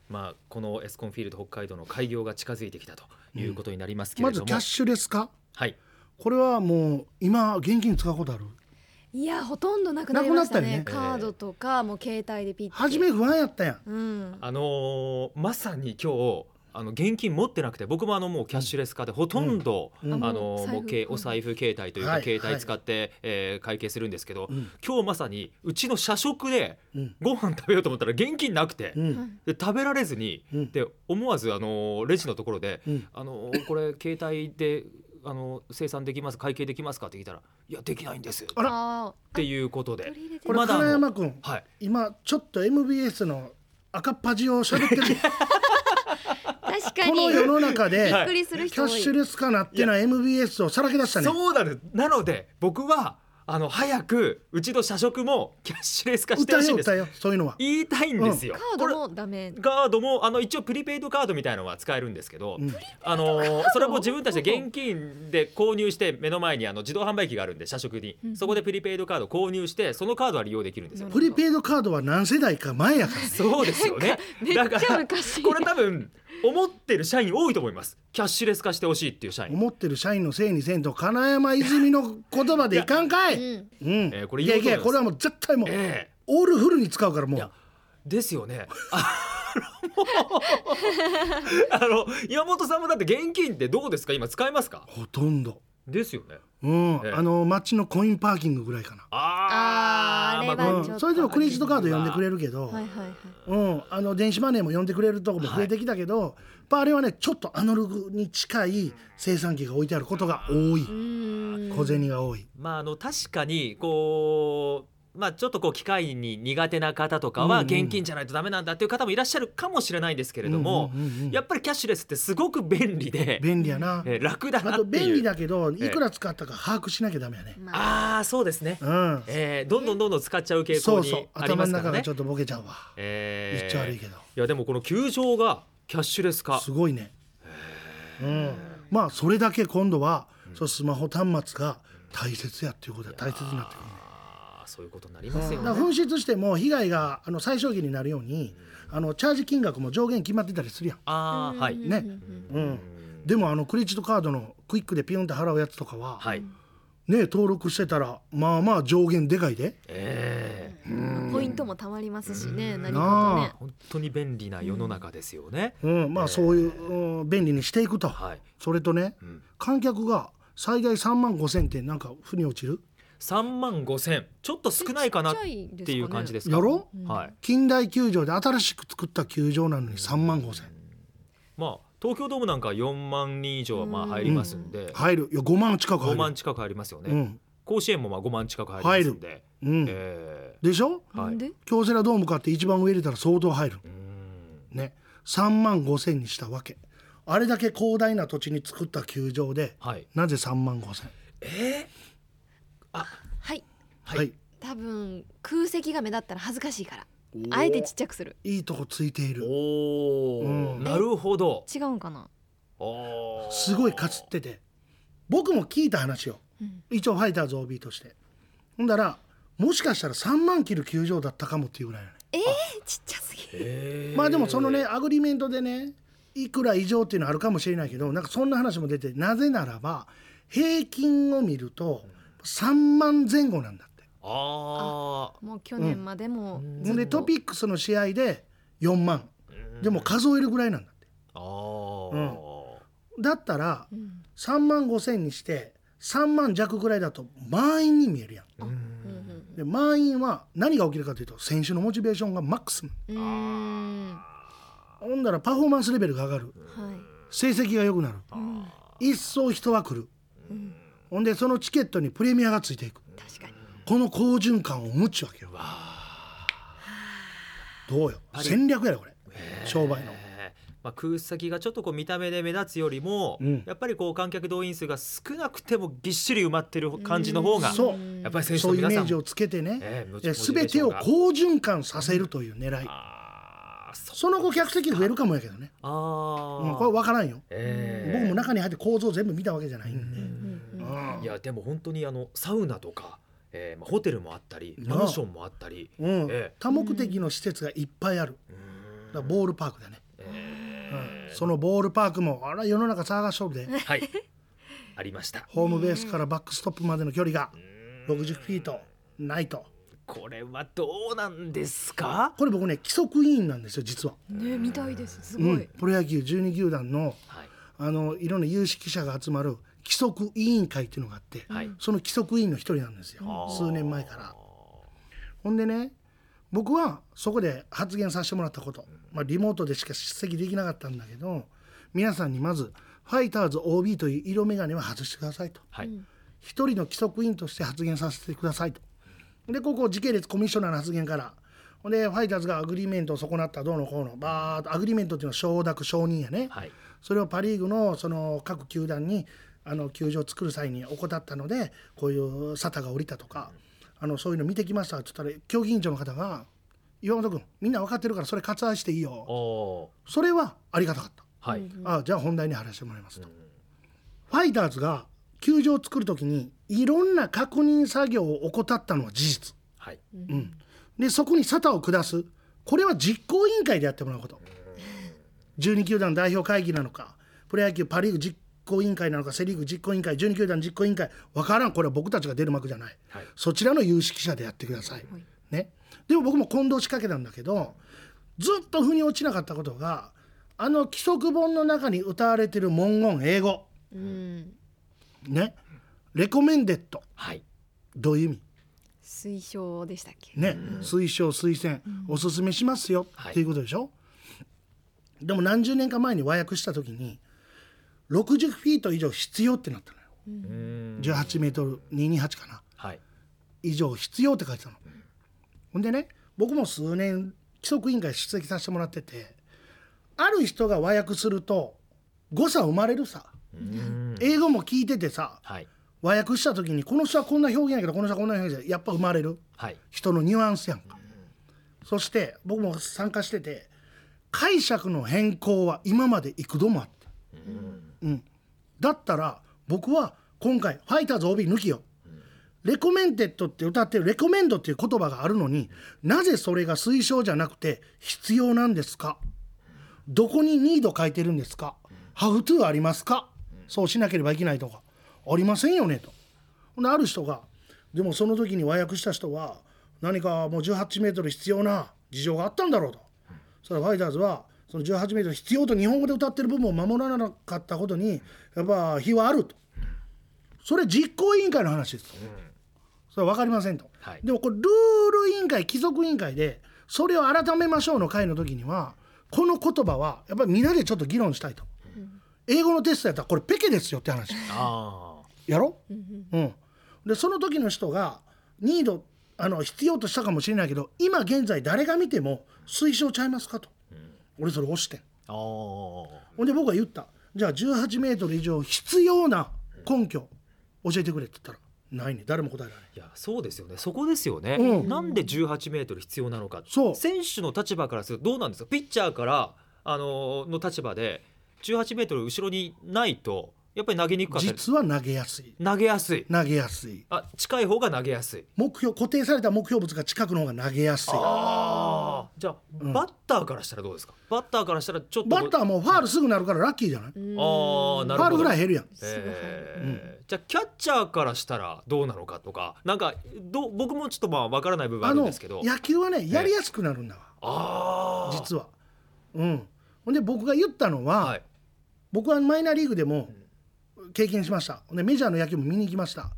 Speaker 2: まあこのエスコンフィールド北海道の開業が近づいてきたということになりますけれ
Speaker 1: ま
Speaker 2: ど
Speaker 1: ず
Speaker 2: も、
Speaker 1: キャッシュレス化
Speaker 2: はい
Speaker 1: これはもう今現金使うことある
Speaker 3: いやほとんどなくなりましたね
Speaker 1: な
Speaker 2: くなったよね
Speaker 3: カードとかもう携帯でピッて
Speaker 1: 初め不安やったやん
Speaker 3: うん
Speaker 2: あのーまさに今日あの現金持ってなくて僕もあのもうキャッシュレス化でほとんど、
Speaker 1: うんうん
Speaker 2: あのー
Speaker 3: あもう財布
Speaker 2: もうけお財布携帯というか、
Speaker 1: はい
Speaker 2: 携帯使って、えー会計するんですけど、
Speaker 1: うん
Speaker 2: 今日まさにうちの社食で
Speaker 1: うん
Speaker 2: ご飯食べようと思ったら現金なくて、
Speaker 1: うん
Speaker 2: で食べられずに
Speaker 1: うん
Speaker 2: で思わずあのーレジのところで
Speaker 1: うん
Speaker 2: あのこれ携帯であの生産できます会計できますかって聞いたらいやできないんですっ
Speaker 1: あら
Speaker 3: あ
Speaker 2: ていうこと
Speaker 3: ー
Speaker 2: で
Speaker 3: 取り入れて
Speaker 1: こ
Speaker 3: る
Speaker 1: れ
Speaker 2: まだあの
Speaker 1: 金山君
Speaker 2: はい
Speaker 1: 今ちょっと MBS の赤っ端を喋
Speaker 2: <laughs>
Speaker 1: ってる
Speaker 3: 確か
Speaker 1: この
Speaker 3: に
Speaker 1: 世の中で
Speaker 3: びっくりする
Speaker 1: キャッ
Speaker 3: 人多い
Speaker 1: シュレス化なってない MBS をさらけ出したね
Speaker 2: そうなんですなので僕はあの早くうちの社食もキャッシュレス化して
Speaker 1: 歌
Speaker 2: ほしい
Speaker 1: よ
Speaker 2: んです
Speaker 1: 歌よそういうのは
Speaker 2: 言いたいんですよ、
Speaker 3: カー
Speaker 2: これ
Speaker 3: ドもダメ
Speaker 2: カードもあの一応プリペイドカードみたいなのは使えるんですけど、
Speaker 1: うん
Speaker 2: あのそれも自分たちで現金で購入して目の前にあの自動販売機があるんで社食に、
Speaker 3: うん
Speaker 2: そこでプリペイドカード購入してそのカードは利用できるんですよ、
Speaker 3: なる
Speaker 1: プリペイドカードは何世代か前やから
Speaker 2: そうですよね
Speaker 3: めっち
Speaker 2: だか
Speaker 3: ゃ
Speaker 2: ら
Speaker 3: 昔
Speaker 2: <laughs> これ多分思ってる社員多いと思いますキャッシュレス化してほしいっていう社員、
Speaker 1: 思ってる社員のせいにせんと金山泉の言葉でいかんかい
Speaker 3: うん
Speaker 1: うん、
Speaker 2: えーこれ
Speaker 1: いやい
Speaker 2: 言
Speaker 1: や
Speaker 2: う
Speaker 1: こ
Speaker 2: こと
Speaker 1: れ
Speaker 2: な
Speaker 1: はもう絶対もう、
Speaker 2: え
Speaker 1: オールフルに使うからも
Speaker 2: いうやえですよね <laughs> あのもうあの岩本さんもだって現金ってどうですか今使えますか
Speaker 1: ほとんど
Speaker 2: ですよね
Speaker 1: うん、
Speaker 2: ええ
Speaker 1: あの街のコインパーキングぐらいかな、
Speaker 2: あ
Speaker 5: あー
Speaker 2: ま
Speaker 5: あれ
Speaker 2: こ
Speaker 5: は
Speaker 2: れ
Speaker 1: う
Speaker 5: ちょっと
Speaker 1: ん、それでもクレジットカード呼んでくれるけど、
Speaker 3: はいはいはい
Speaker 1: うん、あの電子マネーも呼んでくれるとこも増えてきたけど、やっぱあれはねちょっとアナログに近い生産機が置いてあることが多い
Speaker 3: うん
Speaker 1: 小銭が多い、
Speaker 2: まああの確かにこうまあちょっとこう機械に苦手な方とか
Speaker 1: うん
Speaker 2: は
Speaker 1: うん
Speaker 2: 現金じゃないとダメなんだっていう方もいらっしゃるかもしれないんですけれども、
Speaker 1: うんうんうんうん
Speaker 2: やっぱりキャッシュレスってすごく便利で、
Speaker 1: 便利やな、
Speaker 2: えー楽だ
Speaker 1: あ
Speaker 2: な
Speaker 1: と
Speaker 2: っていう
Speaker 1: 便利だけどい
Speaker 2: ええ
Speaker 1: くら使ったか把握しなきゃダメやね、
Speaker 3: まあ
Speaker 2: ああそうですね、
Speaker 1: うん、
Speaker 2: えー、どんどんどんどん使っちゃう傾
Speaker 1: そ
Speaker 2: 向
Speaker 1: うそう
Speaker 2: にあり
Speaker 1: 頭の
Speaker 2: ますか
Speaker 1: 中
Speaker 2: ら
Speaker 1: が
Speaker 2: ね
Speaker 1: ちょっとボケちゃうわ、
Speaker 2: えー
Speaker 1: 言っちゃ悪いけど
Speaker 2: いやでもこの球場がキャッシュレス化
Speaker 1: すごいね、うん、まあそれだけ今度は、そうスマホ端末が大切やっていうことが大切になってくる
Speaker 2: あーそういうことになりますよ
Speaker 1: だから
Speaker 2: ね、
Speaker 1: 紛失しても被害があの最小限になるようにあのチャージ金額も上限決まってたりするやん、
Speaker 2: ああはい、
Speaker 1: ね
Speaker 2: うん
Speaker 1: でもあのクレジットカードのクイックでピュンって払うやつとかは、
Speaker 2: はい
Speaker 1: ね登録してたらまあまあ上限でかいで
Speaker 2: ええ
Speaker 3: まあポイントもたまりますしね何か
Speaker 1: な
Speaker 3: とね
Speaker 1: あ
Speaker 2: 本当に便利な世の中ですよね、
Speaker 1: うん、まあそういう、うん便利にしていくと、
Speaker 2: はい、
Speaker 1: それとね
Speaker 2: うん、
Speaker 1: 観客が最大3万5千ってなんか負に落ちる
Speaker 2: 3万5千ちょっと少ないかなっ
Speaker 3: ちっちゃいですかね
Speaker 2: ていう感じですか
Speaker 1: やろ
Speaker 3: うん
Speaker 2: はい
Speaker 1: 近代球場で新しく作った球場なのに3万5千
Speaker 2: まあ東京ドームなんか4万人以上はまあ入りますんで、
Speaker 1: 入るいや5万近く入
Speaker 2: 5
Speaker 1: る
Speaker 2: 万近く入りますよね、
Speaker 1: うん
Speaker 2: 甲子園もまあ5万近く入りますんで、
Speaker 1: うん
Speaker 2: え
Speaker 1: でしょ
Speaker 2: ーはい、
Speaker 3: で
Speaker 1: 京セラドーム買って一番上入れたら相当入る
Speaker 2: うーん
Speaker 1: ね3万5千にしたわけあれだけ広大な土地に作った球場で
Speaker 2: はい
Speaker 1: なぜ3万5千
Speaker 2: え
Speaker 3: はい
Speaker 2: はい
Speaker 1: はい、
Speaker 3: 多分空席が目立ったら恥ずかしいからあえてちっちゃくする
Speaker 1: いいとこついてい
Speaker 2: ー、
Speaker 1: る
Speaker 2: おお、
Speaker 1: うん
Speaker 2: なるほど
Speaker 3: 違うんかな
Speaker 2: おー
Speaker 1: すごいかつってて僕も聞いた話を
Speaker 3: うん
Speaker 1: 一応ファイターズ OB としてほんだらもしかしたら3万切る球場だったかもっていうぐらいやね
Speaker 3: ちっちゃすぎ
Speaker 2: えー
Speaker 1: まあでもそのねアグリメントでねいくら以上っていうのはあるかもしれないけどなんかそんな話も出てなぜならば平均を見ると3万前後なんだって。
Speaker 2: あ
Speaker 3: もう去年までも
Speaker 2: うん
Speaker 1: ほんでトピックスの試合で4万
Speaker 2: ー
Speaker 1: でも数えるぐらいなんだって。
Speaker 2: あー、
Speaker 1: うんだったら
Speaker 3: うん
Speaker 1: 3万5千にして3万弱ぐらいだと満員に見えるやん。
Speaker 2: う
Speaker 3: うんん
Speaker 1: で満員は何が起きるかというと選手のモチベーションがマックス
Speaker 3: うんうんは
Speaker 1: ほんだらパフォーマンスレベルが上がる
Speaker 3: い
Speaker 1: 成績が良くなる
Speaker 3: うん
Speaker 1: 一層人は来る
Speaker 3: うん
Speaker 1: ほんでそのチケットにプレミアがついていく
Speaker 3: 確かに
Speaker 1: この好循環を持ちわけよどうよ
Speaker 2: あれ
Speaker 1: 戦略やろこれ
Speaker 2: えー
Speaker 1: 商売の
Speaker 2: まあ、空先がちょっとこう見た目で目立つよりも、
Speaker 1: うん
Speaker 2: やっぱりこう観客動員数が少なくてもぎっしり埋まってる感じの方が、
Speaker 1: そうん
Speaker 2: やっぱり選手
Speaker 1: そ
Speaker 2: の
Speaker 1: ういうイ
Speaker 2: 皆
Speaker 1: メ
Speaker 2: さ
Speaker 1: ー
Speaker 2: ん
Speaker 1: ジ
Speaker 2: も
Speaker 1: をつけてね
Speaker 2: えーモチ
Speaker 1: え
Speaker 2: モチベー
Speaker 1: 全
Speaker 2: シ
Speaker 1: て
Speaker 2: ョン
Speaker 1: を
Speaker 2: が
Speaker 1: 好循環させるという狙い
Speaker 2: あーそ
Speaker 1: その後客席増えるかもやけどね、
Speaker 2: あー、
Speaker 1: うん、これ分からんよ
Speaker 2: えー
Speaker 1: 僕も中に入って構造全部見たわけじゃないんで、
Speaker 3: うん
Speaker 1: うん
Speaker 2: いやでも本当にあのサウナとか、えーまあ、ホテルもあったり
Speaker 1: な
Speaker 2: マ
Speaker 1: あ
Speaker 2: ンションもあったり、
Speaker 1: うん
Speaker 2: え
Speaker 1: 多目的の施設がいっぱいある
Speaker 2: え
Speaker 1: だからボールパークだね、
Speaker 2: え
Speaker 1: う
Speaker 2: ー
Speaker 1: んそのボールパークもあら世の中騒がしょるで <laughs>
Speaker 2: はいありました
Speaker 1: ホームベースからバックストップまでの距離が60フィートないと
Speaker 2: これはどうなんですか、
Speaker 1: これ僕ね規則委員なんですよ実は、
Speaker 3: ねみたいですす
Speaker 1: う
Speaker 3: ご
Speaker 1: ん
Speaker 3: い、
Speaker 1: プロ野球12球団の
Speaker 2: はい
Speaker 1: あのいろんな有識者が集まる規則委員会っていうのがあって、
Speaker 2: はい
Speaker 1: その規則委員の一人なんですよ
Speaker 2: あー
Speaker 1: 数年前から。ほんでね僕はそこで発言させてもらったこと、まあ、リモートでしか出席できなかったんだけど皆さんにまずファイターズ OB という色眼鏡は外してくださいと
Speaker 2: はい、
Speaker 1: 一人の規則委員として発言させてくださいとでここ時系列コミッショナーの発言からほんでファイターズがアグリメントを損なったどうのこうのバーッとアグリメントっていうのは承諾承認やね、
Speaker 2: はい
Speaker 1: それをパ・リーグのその各球団にあの球場を作る際に怠ったのでこういう沙汰が降りたとかあのそういうの見てきましたって言ったら競技委員長の方が「岩本君みんな分かってるからそれ割愛していいよ
Speaker 2: お」
Speaker 1: それはありがたかった
Speaker 2: ーはい、
Speaker 1: 「あじゃあ本題に話してもらいます」と。ファイターズが球場を作る時にいろんな確認作業を怠ったのは事実。
Speaker 2: はい
Speaker 1: うん、でそこに沙汰を下すこれは実行委員会でやってもらうこと12球団代表会議なのかプロ野球パ・リーグ実行委員会なのかセ・リーグ実行委員会12球団実行委員会分からんこれは僕たちが出る幕じゃない、
Speaker 2: はい
Speaker 1: そちらの有識者でやってください、ね、でも僕も混同しかけたんだけどずっと腑に落ちなかったことがあの規則本の中に歌われてる文言英語
Speaker 3: うん
Speaker 1: ねレコメンデッド
Speaker 2: はい
Speaker 1: どういう意味
Speaker 3: 推奨でしたっけ
Speaker 1: ね、推奨推薦、おすすめしますよ
Speaker 2: はい
Speaker 1: っていうことでしょ、でも何十年か前に和訳した時に60フィート以上必要ってなったのよ
Speaker 2: うーん
Speaker 1: 18メートル228かな
Speaker 2: はい
Speaker 1: 以上必要って書いてたの、ほんでね僕も数年規則委員会出席させてもらっててある人が和訳すると誤差生まれるさ、
Speaker 2: うーん
Speaker 1: 英語も聞いててさ
Speaker 2: はい
Speaker 1: 和訳した時にこの人はこんな表現やけどこの人はこんな表現ややっぱ生まれる
Speaker 2: はい
Speaker 1: 人のニュアンスやんか、そして僕も参加してて解釈の変更は今まで幾度もあった、うんだったら僕は今回「ファイターズ OB 抜きよ」レコメンテッドって歌ってる「レコメンド」っていう言葉があるのになぜそれが推奨じゃなくて必要なんですかどこにニード書いてるんですかハウトゥーありますかそうしなければいけないとかありませんよねとほんである人がでもその時に和訳した人は何かもう18メートル必要な事情があったんだろうとそれはファイターズはその18メートル必要と日本語で歌ってる部分を守らなかったことにやっぱ非はあるとそれ実行委員会の話ですとそれは分かりませんと、
Speaker 2: はい
Speaker 1: でもこれルール委員会規則委員会でそれを改めましょうの会の時にはこの言葉はやっぱりみんなでちょっと議論したいと、英語のテストやったらこれペケですよって話
Speaker 2: あ
Speaker 1: やろ、うんでその時の人がニードあの必要としたかもしれないけど今現在誰が見ても推奨ちゃいますかと、俺それ押してん
Speaker 2: ーあー
Speaker 1: ほんで僕は言ったじゃあ1 8メートル以上必要な根拠教えてくれって言ったらないね誰も答えられない
Speaker 2: いやそうですよねそこですよね、
Speaker 1: うん
Speaker 2: なんで18メートル必要なのか
Speaker 1: そう
Speaker 2: 選手の立場からするとどうなんですかピッチャーからあのの立場で18メートル後ろにないとやっぱり投げにくかったり
Speaker 1: 実は投げやすい
Speaker 2: 投げやすい
Speaker 1: 投げやすい
Speaker 2: あ近い方が投げやすい
Speaker 1: 目標固定された目標物が近くの方が投げやすい
Speaker 2: あーじゃあ、
Speaker 1: ん
Speaker 2: バッターからしたらどうですかバッターからしたらちょっと
Speaker 1: バッター
Speaker 2: も
Speaker 1: もファールすぐなるからラッキーじゃない、
Speaker 3: うん
Speaker 2: あーな
Speaker 1: ファ
Speaker 2: るほ
Speaker 1: ール
Speaker 2: ど
Speaker 1: ぐらい減るやん
Speaker 2: えーじゃあキャッチャーからしたらどうなのかとかなんかどう僕もちょっとまあ分からない部分あ
Speaker 1: あ
Speaker 2: るん
Speaker 1: の
Speaker 2: ですけど
Speaker 1: 野球はねやりやすくなるんだわ、
Speaker 2: あー
Speaker 1: 実は。うん、ほんで僕が言ったのは、
Speaker 2: はい
Speaker 1: 僕はマイナーリーグでも経験しましたほんでメジャーの野球も見に行きました、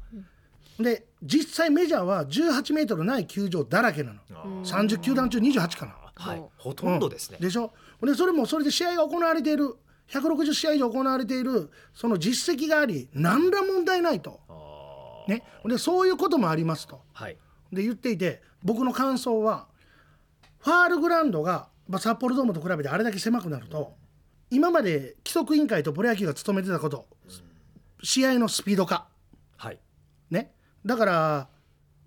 Speaker 1: で実際メジャーは18メートルない球場だらけなの30球団中28かな、
Speaker 2: はい、ほとんどですね、
Speaker 1: でしょほんでそれもそれで試合が行われている160試合以上行われているその実績があり何ら問題ないと、
Speaker 2: あー
Speaker 1: ね、でそういうこともありますと
Speaker 2: はい
Speaker 1: で言っていて僕の感想はファールグラウンドが、まあ、札幌ドームと比べてあれだけ狭くなると今まで規則委員会とプロ野球が務めてたこと試合のスピード化
Speaker 2: はい
Speaker 1: ねだから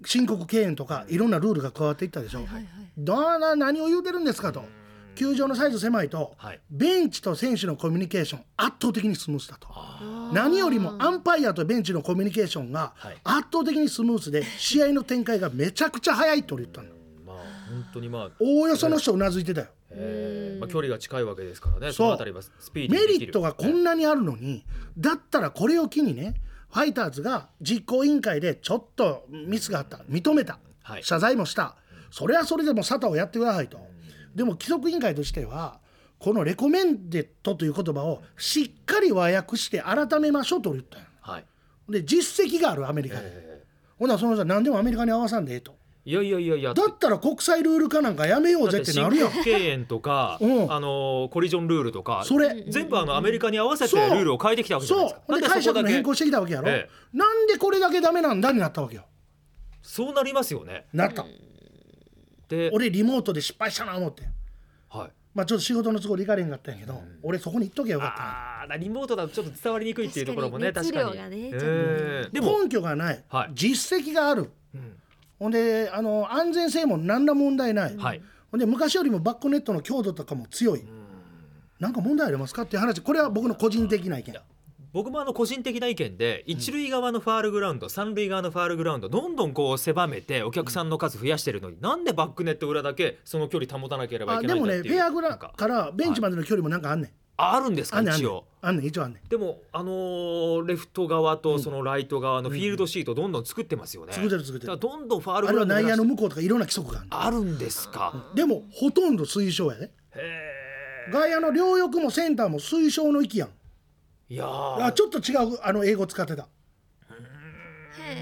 Speaker 1: 申告敬遠とかいろんなルールが加わっていったでしょ、
Speaker 3: はいはい
Speaker 1: だな何を言うてるんですかと球場のサイズ狭いと
Speaker 2: はい
Speaker 1: ベンチと選手のコミュニケーション圧倒的にスムーズだと
Speaker 3: あー
Speaker 1: 何よりもアンパイアとベンチのコミュニケーションが
Speaker 2: はい
Speaker 1: 圧倒的にスムーズで試合の展開がめちゃくちゃ早いって俺言ったの
Speaker 2: まあ本当にまあ
Speaker 1: おおよその人うなずいてたよ
Speaker 2: えーまあ、距離が近いわけですからね
Speaker 1: う
Speaker 2: そのあたりはスピーデ
Speaker 1: メ
Speaker 2: ィーにでき
Speaker 1: リ
Speaker 2: る
Speaker 1: ットがこんなにあるのにだったらこれを機にねファイターズが実行委員会でちょっとミスがあった認めた
Speaker 2: はい
Speaker 1: 謝罪もしたそれはそれでも沙汰をやってくださいとでも規則委員会としてはこのレコメンデットという言葉をしっかり和訳して改めましょうと俺言ったんよ
Speaker 2: はい、
Speaker 1: で実績があるアメリカで、
Speaker 2: え
Speaker 1: ほなその人は何でもアメリカに合わさんでええと
Speaker 2: ーいやいやいやいや
Speaker 1: だったら国際ルール化なんかやめようぜってなるやん
Speaker 2: だって申告敬遠とか
Speaker 1: うん
Speaker 2: あのーコリジョンルールとか
Speaker 1: それ
Speaker 2: 全部あのアメリカに合わせて
Speaker 1: そう
Speaker 2: ルールを変えてきたわけじゃない
Speaker 1: そ
Speaker 2: で
Speaker 1: う
Speaker 2: すか。
Speaker 1: ほんで
Speaker 2: なん
Speaker 1: 解
Speaker 2: そ
Speaker 1: 釈
Speaker 2: こだ
Speaker 1: の
Speaker 2: け
Speaker 1: 変更してきたわけやろ、
Speaker 2: え
Speaker 1: なんでこれだけダメなんだになったわけよ
Speaker 2: そうなりますよね。
Speaker 1: なった、
Speaker 2: で、
Speaker 1: 俺リモートで失敗したな思って
Speaker 2: はい。
Speaker 1: まあちょっと仕事の都合で行かれへんかったんやけど、俺そこに行っときゃよかったな
Speaker 2: ああー、リモートだとちょっと伝わりにくいっていうところもね、確
Speaker 3: 確
Speaker 2: か
Speaker 3: か
Speaker 2: に。
Speaker 3: に
Speaker 2: え
Speaker 3: 熱量がねちょっとね
Speaker 2: ーでも、
Speaker 1: 根拠がない、
Speaker 2: はい
Speaker 1: 実績がある
Speaker 2: うん
Speaker 1: ほんであの安全性も何ら問題ない、
Speaker 2: はい。
Speaker 1: ほんで昔よりもバックネットの強度とかも強い、なんか問題ありますかっていう話これは僕の個人的な意見
Speaker 2: 僕もあの個人的な意見で一塁側のファールグラウンド、三塁側のファールグラウンドどんどんこう狭めてお客さんの数増やしてるのに、なんでバックネット裏だけその距離保たなければい
Speaker 1: あ
Speaker 2: け
Speaker 1: で
Speaker 2: ないん
Speaker 1: も
Speaker 2: だっ
Speaker 1: ね
Speaker 2: て
Speaker 1: フ
Speaker 2: いう
Speaker 1: ェアグ
Speaker 2: な
Speaker 1: ラ
Speaker 2: んか
Speaker 1: からベンチまでの距離もなんかあんねん、
Speaker 2: あるんです
Speaker 1: あ
Speaker 2: か
Speaker 1: んねんあん
Speaker 2: 一
Speaker 1: ね
Speaker 2: 応
Speaker 1: ん。あんねん一応あんねん
Speaker 2: でもあのーレフト側とそのライト側のフィールドシートどんどん作ってますよね。
Speaker 1: 作ってる作って
Speaker 2: だから
Speaker 1: る
Speaker 2: どんどんファール
Speaker 1: あれ
Speaker 2: グラウ
Speaker 1: は
Speaker 2: ンド
Speaker 1: 内野の
Speaker 2: の
Speaker 1: 向こうとかいろんな規則がある
Speaker 2: あるんですか。
Speaker 1: でもほとんど推奨やで
Speaker 2: へ
Speaker 1: 外野の両翼もセンターも推奨の域やん
Speaker 2: え。いやー
Speaker 1: あちょっと違うあの英語使ってた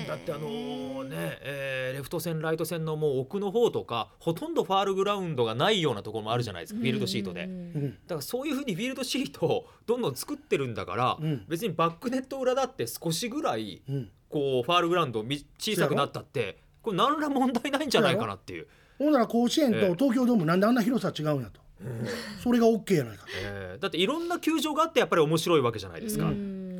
Speaker 2: だってあのーね、えーレフト線ライト線のもう奥の方とかほとんどファールグラウンドがないようなところもあるじゃないですかフィールドシートで。
Speaker 1: うん
Speaker 2: だからそういうふうにフィールドシートをどんどん作ってるんだから、
Speaker 1: うん
Speaker 2: 別にバックネット裏だって少しぐらい
Speaker 1: うん
Speaker 2: こうファールグラウンドみ小さくなったってこれ何ら問題ないんじゃないかなっていう。
Speaker 1: ほんなら甲子園と
Speaker 2: ええ
Speaker 1: 東京ドームなんであんな広さ違うんやとそれが OK やないか
Speaker 2: えーだっていろんな球場があってやっぱり面白いわけじゃないですか。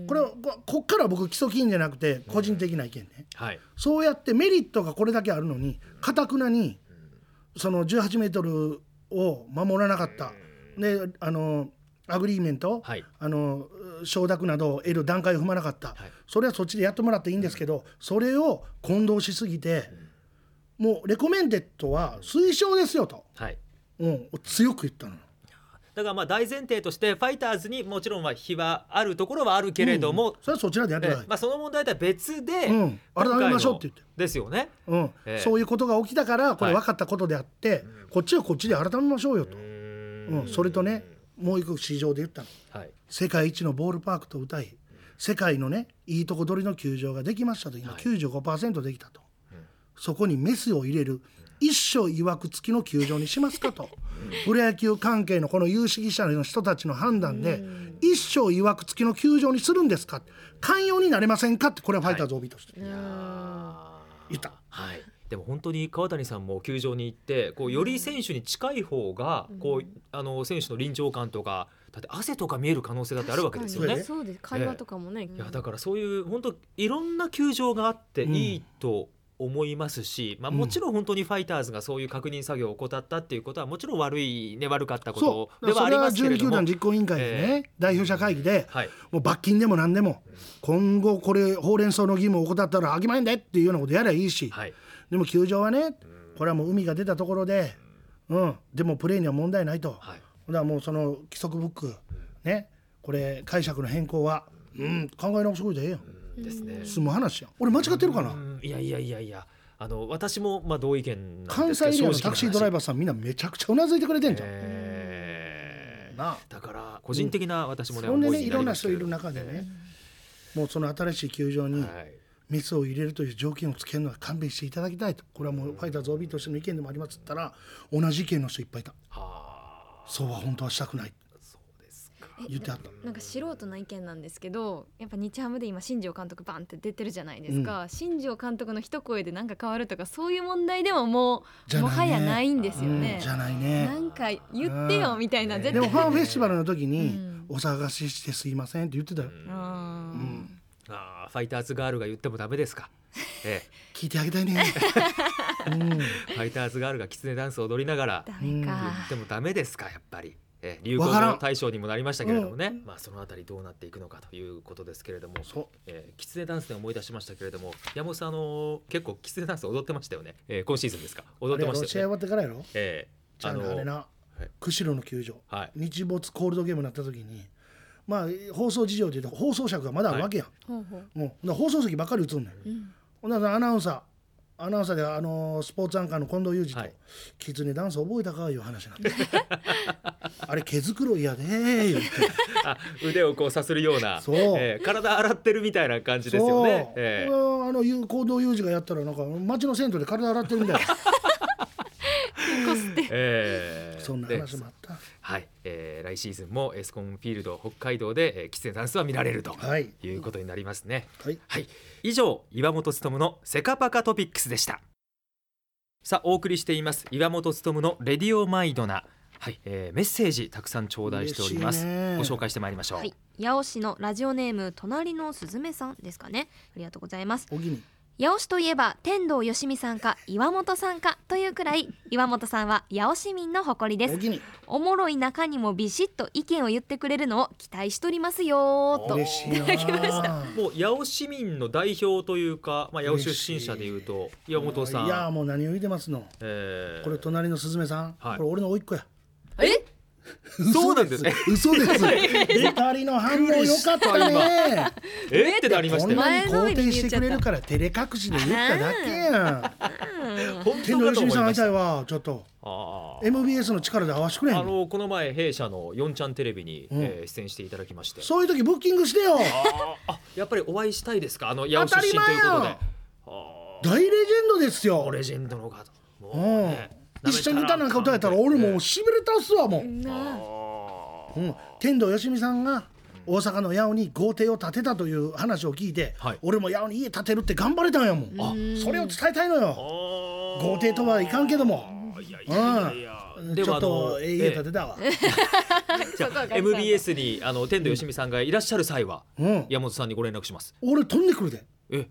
Speaker 1: これここっから僕基礎金じゃなくて個人的な意見ね
Speaker 2: はい。
Speaker 1: そうやってメリットがこれだけあるのにかたくなにその18メートルを守らなかったであのアグリーメント、
Speaker 2: はい
Speaker 1: あの承諾などを得る段階を踏まなかった、
Speaker 2: い
Speaker 1: それはそっちでやってもらっていいんですけどそれを混同しすぎて、もうレコメンデッドは推奨ですよと、
Speaker 2: はい。
Speaker 1: うん、強く言ったの。
Speaker 2: だからまあ大前提としてファイターズにもちろんは非はあるところはあるけれども、
Speaker 1: それはそちらでやってくだ
Speaker 2: え
Speaker 1: さい
Speaker 2: ーまあ、その問題とは別で、
Speaker 1: うん
Speaker 2: 今回の
Speaker 1: 改めましょうって言って
Speaker 2: ですよね。
Speaker 1: うん
Speaker 2: ええ
Speaker 1: そういうことが起きたからこれ
Speaker 2: はい
Speaker 1: 分かったことであって、こっちはこっちで改めましょうよと、うん、それとねもう一個市場で言ったの
Speaker 2: はい。
Speaker 1: 世界一のボールパークと歌い世界のねいいとこ取りの球場ができましたと今
Speaker 2: はい
Speaker 1: 95%できたと、そこにメスを入れる一生いわくつきの球場にしますかとプロ野球関係のこの有識者の人たちの判断で一生いわくつきの球場にするんですか寛容になれませんかってこれはファイターズ OB として、言った
Speaker 2: はい。でも本当に川谷さんも球場に行ってこうより選手に近い方がこうあの選手の臨場感とかだって汗とか見える可能性だってあるわけですよ
Speaker 1: 確か
Speaker 2: ね
Speaker 1: に。
Speaker 3: そうです会話とかもね、
Speaker 2: いやだからそういう本当いろんな球場があっていいと思いますし、まあ、
Speaker 1: うん
Speaker 2: もちろん本当にファイターズがそういう確認作業を怠ったっていうことはもちろん悪いね悪かったこ
Speaker 1: そ
Speaker 2: と
Speaker 1: う
Speaker 2: では
Speaker 1: そ
Speaker 2: あ
Speaker 1: れ
Speaker 2: り
Speaker 1: は
Speaker 2: ますけれ
Speaker 1: 準球
Speaker 2: ども
Speaker 1: 団実行委員会でね、代表者会議で、
Speaker 2: はい
Speaker 1: もう罰金でも何でも今後これほうれん草の義務を怠ったらあきまへんでっていうようなことやりゃいいし、
Speaker 2: はい
Speaker 1: でも球場はねこれはもう海が出たところで、うん、でもプレーには問題ないと、
Speaker 2: はい
Speaker 1: だからもうその規則ブックねこれ解釈の変更は、うん、考え直してくれてええやん
Speaker 2: ですね。
Speaker 1: 済む話やん俺間違ってるかな、
Speaker 2: うんいやいやいやいやあの私もまあ同意見なんで
Speaker 1: 関
Speaker 2: すけ
Speaker 1: 西エ
Speaker 2: ど
Speaker 1: リアのタクシードライ
Speaker 2: バ
Speaker 1: バーさんみんなめちゃくちゃうなずいてくれてんじゃん、
Speaker 2: えー
Speaker 1: なあ
Speaker 2: だから個人的な私もね、
Speaker 1: そんで
Speaker 2: 思
Speaker 1: ね
Speaker 2: に
Speaker 1: い
Speaker 2: な
Speaker 1: ろ
Speaker 2: り
Speaker 1: んな
Speaker 2: ます
Speaker 1: 人
Speaker 2: け
Speaker 1: い
Speaker 2: れ
Speaker 1: る
Speaker 2: ども
Speaker 1: 中でね、もうその新しい球場に、
Speaker 2: はい
Speaker 1: メスを入れるという条件をつけるのは勘弁していただきたいとこれはもうファイターズ OB としての意見でもありますって言ったら同じ意見の人いっぱいいた
Speaker 2: あ
Speaker 1: そうは本当はしたくない
Speaker 2: ーそうですか
Speaker 1: 言ってあった
Speaker 3: なんか素人な意見なんですけどやっぱ日ハムで今新庄監督バンって出てるじゃないですか、新庄監督の一声でなんか変わるとかそういう問題でもも
Speaker 1: じ
Speaker 3: う
Speaker 1: ゃ
Speaker 3: も
Speaker 1: ないね
Speaker 3: はやないんですよね
Speaker 1: じ。ゃない
Speaker 3: な
Speaker 1: ね
Speaker 3: んか言ってよみたいな
Speaker 2: うん
Speaker 3: 絶
Speaker 1: で
Speaker 3: 対
Speaker 1: もファンフェスティバルの時
Speaker 3: う
Speaker 1: に
Speaker 3: ん
Speaker 1: 「お騒がせしてすいません」って言ってたよ
Speaker 3: あー
Speaker 1: うん
Speaker 2: あーファイターズガールが言ってもダメ
Speaker 3: <laughs>
Speaker 2: ですか、え
Speaker 1: 聞いてあげたいねうん
Speaker 2: え、ファイターズガールがキツネダンスを踊りながら
Speaker 3: ダメ
Speaker 2: 言
Speaker 3: か
Speaker 2: ってもダメですかやっぱり、ええ、流行
Speaker 1: わから
Speaker 2: 語
Speaker 1: ん
Speaker 2: 大賞にもなりましたけれどもね、
Speaker 1: うん
Speaker 2: まあそのあたりどうなっていくのかということですけれども
Speaker 1: そう
Speaker 2: えー、キツネダンスで思い出しましたけれども山本さん、あのー結構キツネダンス踊ってましたよね、えー、今シーズンですか踊
Speaker 1: あ
Speaker 2: っ
Speaker 1: れ
Speaker 2: て
Speaker 1: や
Speaker 2: ま
Speaker 1: ろ
Speaker 2: し
Speaker 1: 試
Speaker 2: た
Speaker 1: 合終
Speaker 2: よね
Speaker 1: わってからやろ
Speaker 2: え
Speaker 1: じゃあなあれな
Speaker 2: はい
Speaker 1: 釧路の球場
Speaker 2: ーはい
Speaker 1: 日没コールドゲームになった時にまあ放送事情でいうと放送尺がまだあるわけやん、
Speaker 3: ほうほう
Speaker 1: もうだから放送席ばっかり映んねん
Speaker 3: うん
Speaker 1: ほんならアナウンサーアナウンサーであのースポーツアンカーの近藤裕二と、
Speaker 2: はい
Speaker 1: キツネダンス覚えたかいう話になって
Speaker 2: <laughs>
Speaker 1: あれ毛づくろいやでー言って
Speaker 2: あ腕をこうさするよう
Speaker 1: <laughs>
Speaker 2: な
Speaker 1: そう
Speaker 2: えー体洗ってるみたいな感じですよ
Speaker 1: そ
Speaker 2: ね
Speaker 1: う、
Speaker 2: えー
Speaker 1: うんあのゆ近藤裕二がやったらなんか町の銭湯で体洗ってるみ
Speaker 2: <laughs>
Speaker 1: たいな
Speaker 2: えー
Speaker 1: そんな
Speaker 2: で
Speaker 1: 話もあった
Speaker 2: はい、えー来シーズンもエスコンフィールド北海道で、えー、キツネダンスは見られると
Speaker 1: はい
Speaker 2: いうことになりますね。
Speaker 1: はい
Speaker 2: はい、以上岩本勉のセカパカトピックスでした。さあお送りしています岩本勉のレディオマイドナ。はい、えーメッセージたくさん頂戴しております。
Speaker 1: 嬉しいね
Speaker 2: ご紹介してまいりましょう。
Speaker 5: はい、八尾市のラジオネーム隣のすずめさんですかねありがとうございます
Speaker 1: おぎに
Speaker 5: 八尾市といえば天童よしみさんか岩本さんかというく
Speaker 1: <laughs>
Speaker 5: らい岩本さんは八尾市民の誇りで
Speaker 1: お
Speaker 5: す
Speaker 1: ぎに
Speaker 5: おも <laughs> ろい中にもビシッと意見を言ってくれるのを期待しておりますよーと
Speaker 1: 嬉しいなー
Speaker 2: もう八尾市民の代表というか、まあ、八尾出身者でいうと岩本さん、
Speaker 1: いやーもう何を言ってますの
Speaker 2: えー
Speaker 1: これ隣のすずめさん、
Speaker 2: はい
Speaker 1: これ俺の甥っ子や
Speaker 3: え
Speaker 2: <laughs> そうなんですね
Speaker 1: 嘘です嘘です二人の反応良かったね
Speaker 2: えーってなりま
Speaker 1: こ
Speaker 2: し
Speaker 1: ん
Speaker 2: た
Speaker 1: な
Speaker 2: よ。
Speaker 1: に肯定してくれるから照れ隠しで言っただけやん
Speaker 2: 本
Speaker 1: 天童
Speaker 2: 当か
Speaker 1: よ
Speaker 2: と
Speaker 1: しみ
Speaker 2: 思い
Speaker 1: さん会
Speaker 2: ま
Speaker 1: い
Speaker 2: した
Speaker 1: い
Speaker 2: た。
Speaker 1: わちょっと
Speaker 2: あー
Speaker 1: MBS の力で合わしてくれへ
Speaker 2: あ
Speaker 1: ん
Speaker 2: のこの前弊社の四ちゃんテレビに、
Speaker 1: うん
Speaker 2: えー出演していただきまして
Speaker 1: そういう時ブッキングしてよ
Speaker 2: あーあやっぱりお会いしたいですかあの八尾
Speaker 1: 当た
Speaker 2: 出
Speaker 1: り
Speaker 2: 身と
Speaker 1: 前
Speaker 2: い
Speaker 1: よ
Speaker 2: うことで
Speaker 1: 大レジェンドです
Speaker 2: も
Speaker 1: よ
Speaker 2: うレジェンドの方もう
Speaker 1: うん
Speaker 2: ね
Speaker 1: 一緒に歌なんか歌えたら俺もうしびれ倒すわもう、
Speaker 3: な
Speaker 1: うん、天童よしみさんが大阪の八尾に豪邸を建てたという話を聞いて、
Speaker 2: はい
Speaker 1: 俺も八尾に家建てるって頑張れたんやもん
Speaker 2: あ
Speaker 1: それを伝えたいのよ
Speaker 2: 豪
Speaker 1: 豪邸とはいかんけども
Speaker 2: いやいやいやいや
Speaker 1: ちょっ
Speaker 2: あ
Speaker 1: と
Speaker 2: の
Speaker 1: ええ家建てたわ、
Speaker 2: じゃあ MBS にあの天童よしみさんがいらっしゃる際は
Speaker 1: うん、
Speaker 2: 山本さんにご連絡します
Speaker 1: 俺飛んでくるで
Speaker 2: え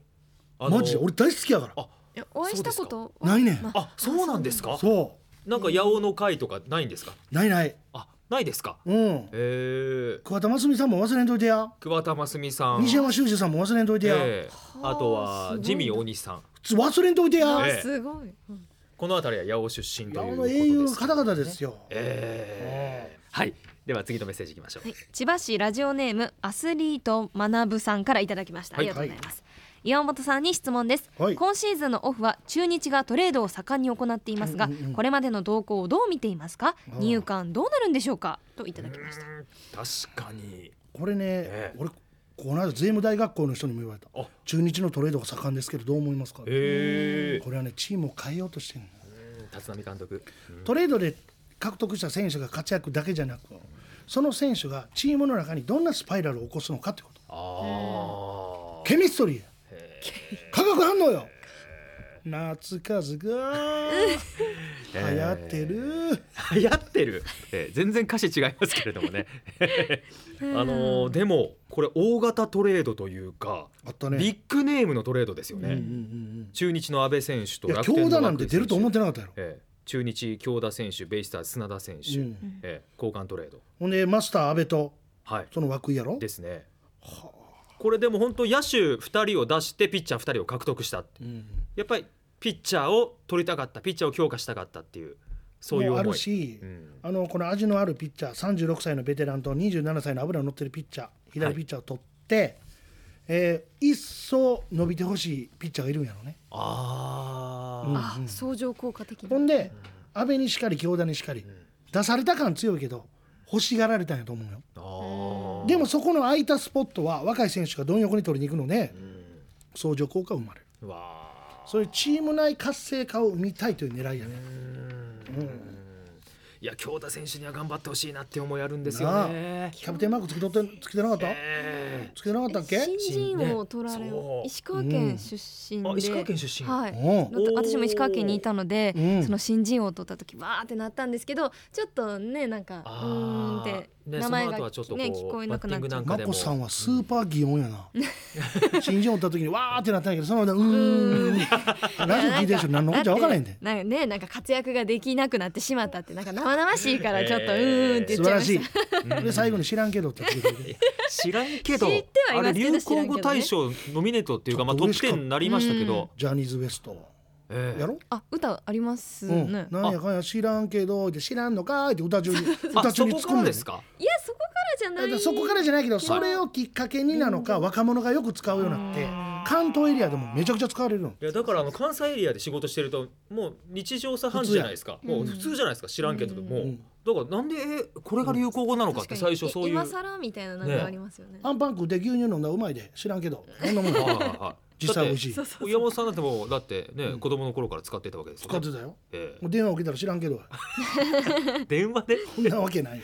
Speaker 2: あの
Speaker 1: マジで俺大好きやから
Speaker 2: あ
Speaker 3: いやお会いしたことは
Speaker 1: ないねん
Speaker 3: ま
Speaker 2: あそうなんですか
Speaker 1: そ
Speaker 2: なんか八尾の会とかないんですか
Speaker 1: うないない
Speaker 2: あないですか
Speaker 1: うん
Speaker 2: えー、
Speaker 1: 桑田真澄さんも忘れんといてや
Speaker 2: 桑田真澄さん
Speaker 1: 西山修司さんも忘れんといてや、
Speaker 2: ええ
Speaker 3: はあ
Speaker 2: あと
Speaker 3: すごい
Speaker 2: は
Speaker 3: な
Speaker 2: ジミー大西さん
Speaker 1: つ忘れんといてや
Speaker 3: あ
Speaker 2: ええ
Speaker 3: すごい、うん
Speaker 2: この辺りは八尾出身と
Speaker 1: 八
Speaker 2: い
Speaker 1: 尾
Speaker 2: う
Speaker 1: の
Speaker 2: こと
Speaker 1: 英雄
Speaker 2: で
Speaker 1: の
Speaker 2: す
Speaker 1: 方々ですよ、
Speaker 2: ええはいでは次のメッセージいきましょう、
Speaker 5: はい、千葉市ラジオネームアスリート学ぶさんからいただきましたあ
Speaker 2: はい
Speaker 5: りがとうございます、岩本さんに質問です、
Speaker 1: はい
Speaker 5: 今シーズンのオフは中日がトレードを盛んに行っていますが、
Speaker 1: うんうんうん
Speaker 5: これまでの動向をどう見ていますか
Speaker 1: ああ
Speaker 5: 二遊間どうなるんでしょうかといただきました
Speaker 2: 確かに
Speaker 1: これね、
Speaker 2: ええ
Speaker 1: 俺この間税務大学校の人にも言われた
Speaker 2: あ
Speaker 1: 中日のトレードが盛んですけどどう思いますか、
Speaker 2: ええ
Speaker 1: これはねチームを変えようとしてるの
Speaker 2: 立浪監督
Speaker 1: トレードで獲得した選手が活躍だけじゃなくその選手がチームの中にどんなスパイラルを起こすのかってこと
Speaker 2: ああ
Speaker 1: ケミストリーや化学反応よ夏風
Speaker 2: <laughs>
Speaker 1: が流行ってる
Speaker 2: 流行ってる、ええ全然歌詞違いますけれど
Speaker 1: <laughs>
Speaker 2: もねあのーでもこれ大型トレードというか
Speaker 1: あった
Speaker 2: ビ
Speaker 1: ね
Speaker 2: ッグネームのトレードですよね、
Speaker 1: うんうん
Speaker 2: 中日の阿部選手
Speaker 1: う
Speaker 2: と
Speaker 1: んいや
Speaker 2: 楽
Speaker 1: 強
Speaker 2: 天の
Speaker 1: 打なんて出ると思
Speaker 2: っ
Speaker 1: ってなかったやろ、
Speaker 2: ええ、中日強打選手ベイスターズ砂田選手、
Speaker 1: うん
Speaker 2: ええ、交換トレード
Speaker 1: ほんでマスター阿部と
Speaker 2: はい
Speaker 1: その涌井やろ
Speaker 2: ですねこれでも本当野手2人を出してピッチャー2人を獲得したって
Speaker 1: うん
Speaker 2: やっぱりピッチャーを取りたかったピッチャーを強化したかったっていうそういう
Speaker 1: もあ
Speaker 2: 思
Speaker 1: る
Speaker 2: い
Speaker 1: し、
Speaker 2: うん
Speaker 1: あのこの味のあるピッチャー36歳のベテランと27歳の油の乗ってるピッチャー左ピッチャーを取って、えー一層伸びてほしいピッチャーがいるんやろね。
Speaker 2: あ
Speaker 1: うん
Speaker 2: ー
Speaker 3: あ相乗効果的
Speaker 1: ほ
Speaker 3: なん
Speaker 1: で安倍にしかり京田にしかり、出された感強いけど欲しがられたんやと思うよ。
Speaker 2: あー
Speaker 1: でもそこの空いたスポットは若い選手がどん横に取りに行くので相乗効果が生まれる
Speaker 2: うわ
Speaker 1: そういうチーム内活性化を生みたいという狙いやね。
Speaker 2: ーうんいや京田選手には頑張ってほしいなって思いあるんですよね。
Speaker 1: キャプテンマークつけとってつけてなかった、
Speaker 2: え
Speaker 1: つけてなかったっけ、
Speaker 3: 新人王を取られ
Speaker 2: 新人ねそう
Speaker 3: 石川県出
Speaker 2: ー
Speaker 3: 身で、
Speaker 2: あ石川県出身。
Speaker 3: はい
Speaker 1: おう
Speaker 3: のと私も石川県にいたので、
Speaker 1: うん
Speaker 3: その新人王を取った時わーってなったんですけどちょっとねなんかうーん
Speaker 2: あ
Speaker 3: っ
Speaker 2: ー
Speaker 3: て
Speaker 2: ね
Speaker 3: 名前
Speaker 2: その
Speaker 3: が、
Speaker 2: 後
Speaker 3: ね
Speaker 2: はちょっとこう
Speaker 3: 聞こえなくなっち
Speaker 2: バッティング
Speaker 3: ゃ
Speaker 2: な
Speaker 3: うん
Speaker 2: か
Speaker 1: マ
Speaker 2: で
Speaker 1: コ
Speaker 2: も
Speaker 1: さんはスーパー擬音やな、新人おった時にわーってなったんやけどその間うーんラジオ聞いてる人何のこっちゃ分からへんで
Speaker 3: なんかねなんか活躍ができなくなってしまったってなんか生々しいからちょっとうーんって
Speaker 1: 素
Speaker 3: 言っ
Speaker 1: 晴
Speaker 3: ちゃい
Speaker 1: らし
Speaker 3: まし
Speaker 1: い
Speaker 3: た。
Speaker 1: で最後に知らんけどって言ってくれて
Speaker 2: 知らんけど
Speaker 3: 知ってはい
Speaker 2: あ
Speaker 3: ま
Speaker 2: れ
Speaker 3: すけ
Speaker 2: 流
Speaker 3: ど知ら
Speaker 2: 行
Speaker 3: んけど
Speaker 2: 語
Speaker 3: ね
Speaker 2: 大賞ノミネートっていうかまあ
Speaker 1: ちょっ
Speaker 2: ト
Speaker 1: と嬉
Speaker 2: ップ
Speaker 1: しかった
Speaker 2: 10になりましたけど、
Speaker 1: ジャニーズ WEST
Speaker 2: ええ
Speaker 1: やろ、
Speaker 3: あ歌あります
Speaker 1: う
Speaker 3: ね。
Speaker 1: ん、なんやかんや知らんけどで知らんのかーって歌中に歌
Speaker 2: あ
Speaker 1: 中
Speaker 2: そ
Speaker 1: に突
Speaker 2: こ
Speaker 1: っ
Speaker 2: か
Speaker 1: 込
Speaker 2: ら
Speaker 1: んで
Speaker 2: ですか。
Speaker 3: いやそこからじゃな
Speaker 1: だから
Speaker 3: い。
Speaker 1: そこからじゃないけどそれをきっかけになのか若者がよく使うようになって関東エリアでもめちゃくちゃ使われるの
Speaker 2: いやだからあの関西エリアで仕事してるともう日常茶飯事じゃないですか
Speaker 3: 通や
Speaker 2: もう普通じゃないですか知らんけども
Speaker 1: うん
Speaker 2: だからなんでえこれが流行語なのかって最初そういう
Speaker 3: 今更みたいななんかありますよね。
Speaker 1: アンパン食うて牛乳飲んだらうまいで知らんけどこんなもん
Speaker 2: はいはいはい
Speaker 1: 実際美味しい
Speaker 3: そう
Speaker 1: 使
Speaker 3: そうそう
Speaker 2: 山本さんだってもうだってね、
Speaker 1: うん
Speaker 2: 子供の頃から使ってたわけですよ、ね。
Speaker 1: ってたよ
Speaker 2: え
Speaker 1: もう電話受けたら知らんけど
Speaker 2: え電話で。
Speaker 1: そんなわけないやん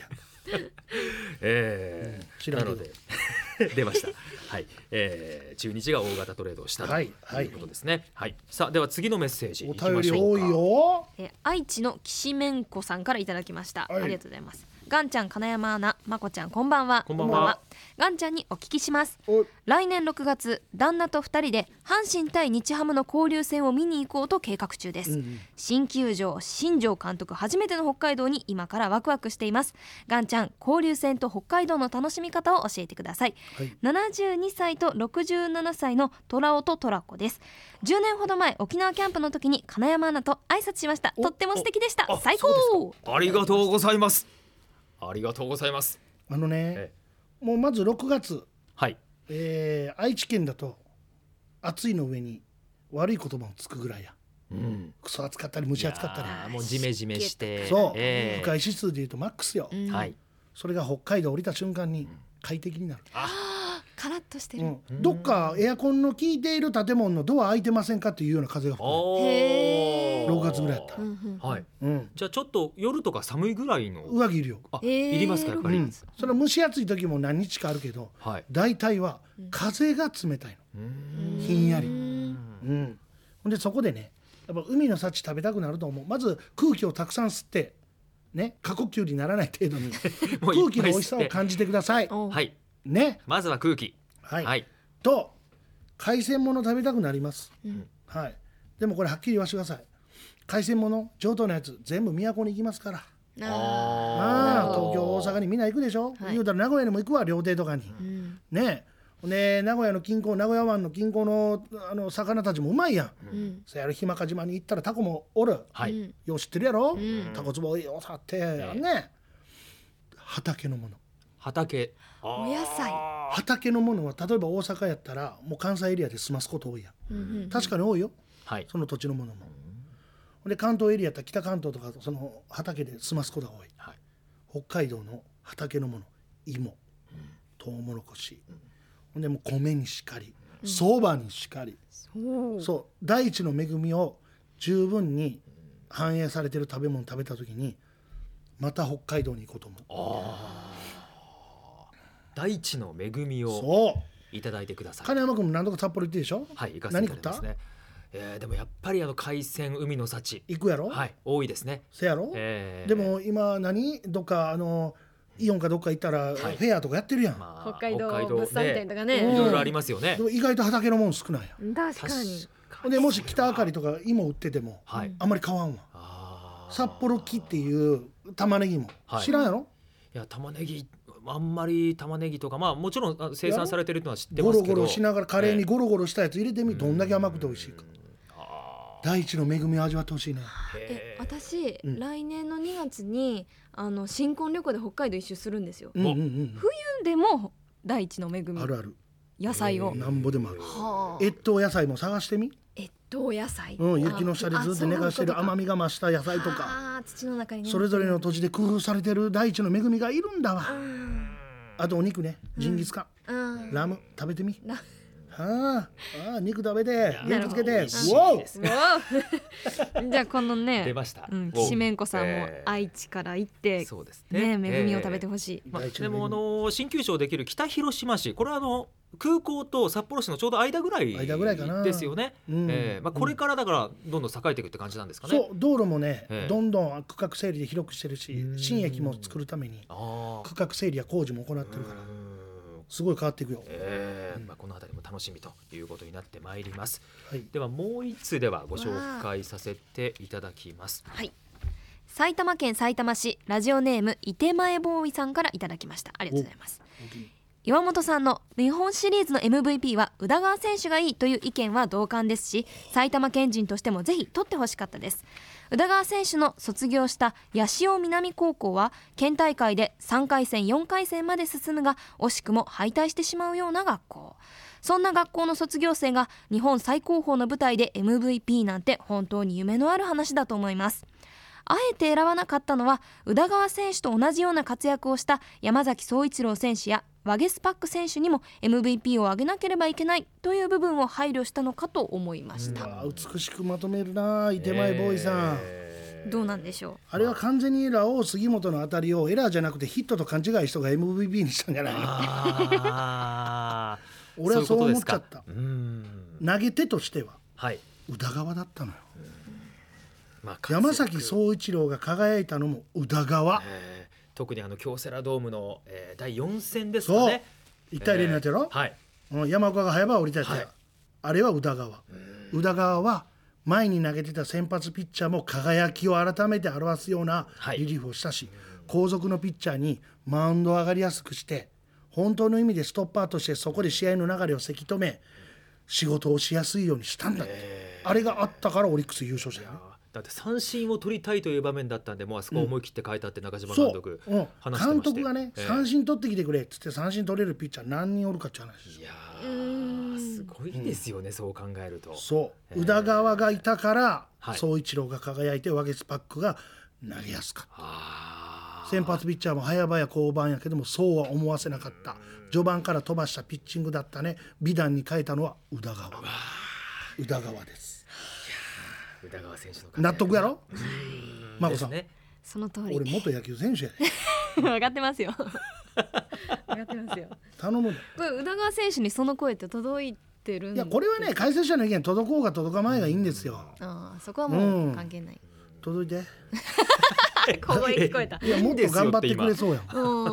Speaker 2: ええ
Speaker 1: 知らんけど
Speaker 2: なので <laughs> 出ました。はい、ええ中日が大型トレードをしたと
Speaker 1: はいいうはい
Speaker 2: ことですね。はい、さあでは次のメッセージ
Speaker 1: お
Speaker 2: いき
Speaker 1: 便
Speaker 2: ま
Speaker 1: り
Speaker 2: しょうか。
Speaker 1: 多いよ
Speaker 5: えー愛知のきしめんこさんからいただきました、
Speaker 1: はい
Speaker 5: ありがとうございますガンちゃん金山アナまこちゃんこんばんは
Speaker 2: こんばんは
Speaker 5: ガンちゃんにお聞きします
Speaker 1: お
Speaker 5: 来年6月旦那と2人で阪神対日ハムの交流戦を見に行こうと計画中です、
Speaker 1: うん
Speaker 5: 新球場新庄監督初めての北海道に今からワクワクしていますガンちゃん交流戦と北海道の楽しみ方を教えてください、
Speaker 1: はい
Speaker 5: 72歳と67歳のトラオとトラコです10年ほど前沖縄キャンプの時に金山アナと挨拶しました
Speaker 2: お
Speaker 5: とっても素敵でした
Speaker 2: あ
Speaker 5: 最
Speaker 2: そう
Speaker 5: 高
Speaker 2: ですかありがとうございます。ありがとうございます。
Speaker 1: あのね
Speaker 2: え
Speaker 1: もうまず6月
Speaker 2: はい。
Speaker 1: えー愛知県だと暑いの上に悪い言葉をつくぐらいや
Speaker 2: うん。
Speaker 1: クソ暑かったり蒸し暑かったり
Speaker 2: いやーもうジメジメして。
Speaker 1: そう
Speaker 2: ええ
Speaker 1: 不快指数で言うとマックスよ
Speaker 5: うん
Speaker 2: はい。
Speaker 1: それが北海道降りた瞬間に快適になる
Speaker 5: カラッとして
Speaker 1: うん、どっかエアコンの効いている建物のドア開いてませんかっていうような風が吹く、
Speaker 2: おー
Speaker 5: へ
Speaker 1: 6
Speaker 5: ー
Speaker 1: 月ぐらいやったら
Speaker 2: はい。
Speaker 1: うん、
Speaker 2: じゃあちょっと夜とか寒いぐらいの。
Speaker 1: 上着いるよ、
Speaker 2: あ、
Speaker 5: へー
Speaker 2: いりますかやっぱ
Speaker 1: う
Speaker 2: り。
Speaker 1: ん、それは蒸し暑い時も何日かあるけど
Speaker 2: はい。
Speaker 1: 大体は風が冷たいの
Speaker 2: う
Speaker 1: ひんやり、
Speaker 2: ん。
Speaker 1: うん、ほんでそこでねやっぱ海の幸食べたくなると思うまず空気をたくさん吸ってね過呼吸にならない程度に
Speaker 2: <laughs> もう
Speaker 1: 空
Speaker 2: いっぱい吸って
Speaker 1: 気の美味しさを感じてください
Speaker 2: はい。
Speaker 1: ね
Speaker 2: まずは空気。
Speaker 1: はい、
Speaker 2: はい。
Speaker 1: と海鮮もの食べたくなります、はいでもこれはっきり言わしてください海鮮もの上等なやつ全部都に行きますから
Speaker 2: あ
Speaker 1: ああ東京大阪にみんな行くでしょ、
Speaker 3: はい
Speaker 1: 言うたら名古屋にも行くわ料亭とかに、ねえほんで名古屋の近郊名古屋湾の近郊のあの魚たちもうまいやん、
Speaker 3: うん
Speaker 1: そやる日間島に行ったらタコもおる
Speaker 2: はい。
Speaker 1: よう知ってるやろ、
Speaker 3: ん
Speaker 1: タコ壺よさってね畑のもの
Speaker 2: 畑。
Speaker 5: お野菜
Speaker 1: 畑のものは例えば大阪やったらもう関西エリアで済ますこと多いやん、確かに多いよ
Speaker 2: はい。
Speaker 1: その土地のものも。ほんで関東エリアやったら北関東とかその畑で済ますことが多い。
Speaker 2: はい
Speaker 1: 北海道の畑のもの芋、トウモロコシ、ほんでもう米にしかりそばにしかり、そう大地の恵みを十分に反映されてる食べ物食べた時にまた北海道に行こうと思う。
Speaker 2: 大地の恵みを
Speaker 1: そう
Speaker 2: いただいてください。
Speaker 1: 金山君も何とか札幌行ってるでしょ、
Speaker 2: はい。行かせていただきます
Speaker 1: 何食っ
Speaker 2: ね。えーでもやっぱりあの海鮮海の幸。
Speaker 1: 行くやろ、
Speaker 2: はい。多いですね。
Speaker 1: せやろ、
Speaker 2: えー
Speaker 1: で。も今何どっかあのイオンかどっか行ったらフ
Speaker 2: い
Speaker 1: ェアとかやってるやん、
Speaker 2: まあ
Speaker 3: 北海道物産展とかね
Speaker 2: いろいろありますよね
Speaker 1: で。も意外と畑のもん少ないやん
Speaker 3: 確
Speaker 2: 確
Speaker 3: かに。
Speaker 2: か
Speaker 1: ほんでもし北あかりとか芋売ってても
Speaker 2: はい。
Speaker 1: あんまり買わんわ
Speaker 2: あー
Speaker 1: 札幌木っていう玉ねぎも
Speaker 2: はい
Speaker 1: 知らんやろ
Speaker 2: いや玉ねぎあんまり玉ねぎとかまあもちろんあ生産されてるのは知って
Speaker 1: ゴ
Speaker 2: ま
Speaker 1: ロ
Speaker 2: すけ
Speaker 1: ゴ
Speaker 2: ど
Speaker 1: ロしながらカレーに
Speaker 2: え
Speaker 1: ゴロゴロしたやつ入れてみどんだけ甘くて美味しいか大地の恵みを味わってほしいね
Speaker 3: え
Speaker 2: えー
Speaker 3: 私、
Speaker 1: うん
Speaker 3: 来年の2月にあの新婚旅行で北海道一周するんですよ。
Speaker 1: うんうん
Speaker 3: でも大地の恵
Speaker 1: うん
Speaker 3: み
Speaker 1: あるある
Speaker 3: 野菜を。
Speaker 1: なんぼでもある
Speaker 3: はあ
Speaker 1: 越冬野菜も探してみ
Speaker 3: えっと野菜。
Speaker 1: うん雪の下でずっと寝かしてる甘
Speaker 3: み
Speaker 1: みが増した野菜とか
Speaker 3: あー土の中にね
Speaker 1: それぞれの土地で工夫されてる大地の恵みがいるんだわ
Speaker 3: うん
Speaker 1: あとお肉ねジンギスカン
Speaker 3: うん
Speaker 1: ラム食べてみ
Speaker 3: ラ
Speaker 1: ああああ肉食べて
Speaker 2: や
Speaker 1: 元気つけて
Speaker 2: 美味しい
Speaker 1: わ
Speaker 2: で
Speaker 1: お
Speaker 2: す
Speaker 3: おー <laughs> じゃあこの
Speaker 2: 出
Speaker 3: ね、
Speaker 2: ました。
Speaker 3: うん、
Speaker 2: お
Speaker 3: きしめんこさんも
Speaker 2: えー
Speaker 3: 愛知から行って、
Speaker 2: そうです
Speaker 3: ね恵みを食べてほしい、
Speaker 2: まあ、
Speaker 1: 大地
Speaker 2: で
Speaker 1: の恵み
Speaker 2: もあの新球場できる北広島市これはあの空港と札幌市のちょうど間ぐらい
Speaker 1: 間ぐらいかな
Speaker 2: ですよね、
Speaker 1: うん
Speaker 2: えーまあ、これからだからどんどん栄えていくって感じなんですかね。
Speaker 1: そう道路もね、
Speaker 2: ええ
Speaker 1: どんどん区画整理で広くしてるし
Speaker 2: うん
Speaker 1: 新駅も作るために
Speaker 2: あ
Speaker 1: 区画整理や工事も行っ
Speaker 2: あ
Speaker 1: てるからすごい変わっていくよ、
Speaker 2: えーまあ、この辺りも楽しみということになってまいります
Speaker 1: はい、
Speaker 2: ではもう一つではご紹介させていただきます
Speaker 5: 埼玉県埼玉市ラジオネーム伊手前ボーイさんからいただきましたありがとうございます岩本さんの日本シリーズの MVP は宇田川選手がいいという意見は同感ですし埼玉県人としてもぜひ取ってほしかったです宇田川選手の卒業した八潮南高校は県大会で3回戦4回戦まで進むが惜しくも敗退してしまうような学校そんな学校の卒業生が日本最高峰の舞台で MVP なんて本当に夢のある話だと思いますあえて選ばなかったのは宇田川選手と同じような活躍をした山崎総一郎選手やワゲスパック選手にも MVP を上げなければいけないという部分を配慮したのかと思いました、
Speaker 1: あー美しくまとめるな伊手前ボーイさん、 <laughs>
Speaker 2: えー
Speaker 5: どうなんでしょ
Speaker 1: あれは完全にエラーを杉本の当たりをエラーじゃなくてヒットと勘違いした人が MVP にしたんじゃないの
Speaker 2: あー
Speaker 1: 俺はそう思っちゃっ
Speaker 2: そ
Speaker 1: た
Speaker 2: ういうことですかうん
Speaker 1: 投げ手としては
Speaker 2: はい、
Speaker 1: 宇田川だったのよ
Speaker 2: まあ、
Speaker 1: 山崎
Speaker 2: 活躍
Speaker 1: 総一郎が輝いたのも宇田川
Speaker 2: えー特にあの京セラドームの、えー第4戦ですかね。
Speaker 1: 1対0になってやろ、
Speaker 2: えーはい。
Speaker 1: うん山岡が早場降りたやつや、
Speaker 2: はい
Speaker 1: あれは宇田川宇田川は前に投げてた先発ピッチャーも輝きを改めて表すような
Speaker 2: はい
Speaker 1: リリーフをしたし、後続のピッチャーにマウンドを上がりやすくして本当の意味でストッパーとしてそこで試合の流れをせき止め仕事をしやすいようにしたんだって、あれがあったからオリックス優勝したよね
Speaker 2: あーだって三振を取りたいという場面だったんで、もうあそこ思い切って変えたって中島
Speaker 1: そ
Speaker 2: 監督
Speaker 1: う、うん
Speaker 2: 話して
Speaker 1: 監
Speaker 2: まして
Speaker 1: 督がね、
Speaker 2: えー
Speaker 1: 三振取ってきてくれっつって三振取れるピッチャー何人おるかっていう話ですよ
Speaker 2: いやーすごいですよね、そう考えると。
Speaker 1: そう宇田川がいたから、
Speaker 2: はい
Speaker 1: 総一郎が輝いてワゲスパックが投げやすかった
Speaker 2: あー
Speaker 1: 先発ピッチャーも早々降板やけどもそうは思わせなかった序盤から飛ばしたピッチングだったね美談に変えたのは宇田川宇田川です
Speaker 2: 宇田川選手の活躍
Speaker 1: 納得やろ
Speaker 2: で
Speaker 1: 真子
Speaker 2: す
Speaker 1: さん、
Speaker 2: ね。
Speaker 3: うその通り
Speaker 5: <laughs>
Speaker 1: 俺元野球選手やで
Speaker 3: <laughs> 分かってますよ分かってますよ
Speaker 1: 頼むで
Speaker 3: これ宇田川選手にその声って届いてるん
Speaker 1: いやこれはね解説者の意見届こうが届かまいがいいんですよ
Speaker 3: ああそこはもう関係ない、
Speaker 1: 届いて
Speaker 3: 小声聞こえた
Speaker 1: いやもっと頑張ってくれそうやもん
Speaker 3: お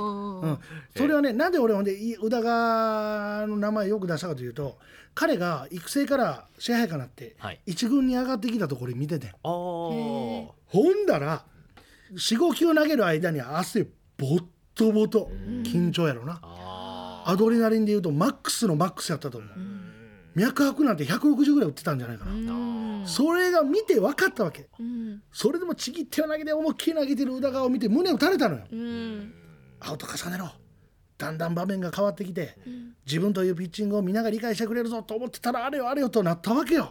Speaker 1: う
Speaker 3: ー
Speaker 1: ん、それはね、なんで俺ほんでい宇田川の名前をよく出したかというと彼が育成から支配下になって、
Speaker 2: はい
Speaker 1: 一軍に上がってきたところ見ててん
Speaker 2: あー
Speaker 1: ほんだら45球投げる間に汗ボットボト緊張やろな
Speaker 2: あ
Speaker 1: アドレナリンでいうとマックスのマックスやったと思う、脈拍なんて160ぐらい打ってたんじゃないかな、
Speaker 3: うん
Speaker 1: それが見て分かったわけ
Speaker 3: うん
Speaker 1: それでもちぎっては投げて思いっきり投げてる宇田川を見て胸打たれたのよ、
Speaker 3: うん
Speaker 1: アウト重ねろだんだん場面が変わってきて、自分というピッチングをみんなが理解してくれるぞと思ってたらあれよあれよとなったわけよ、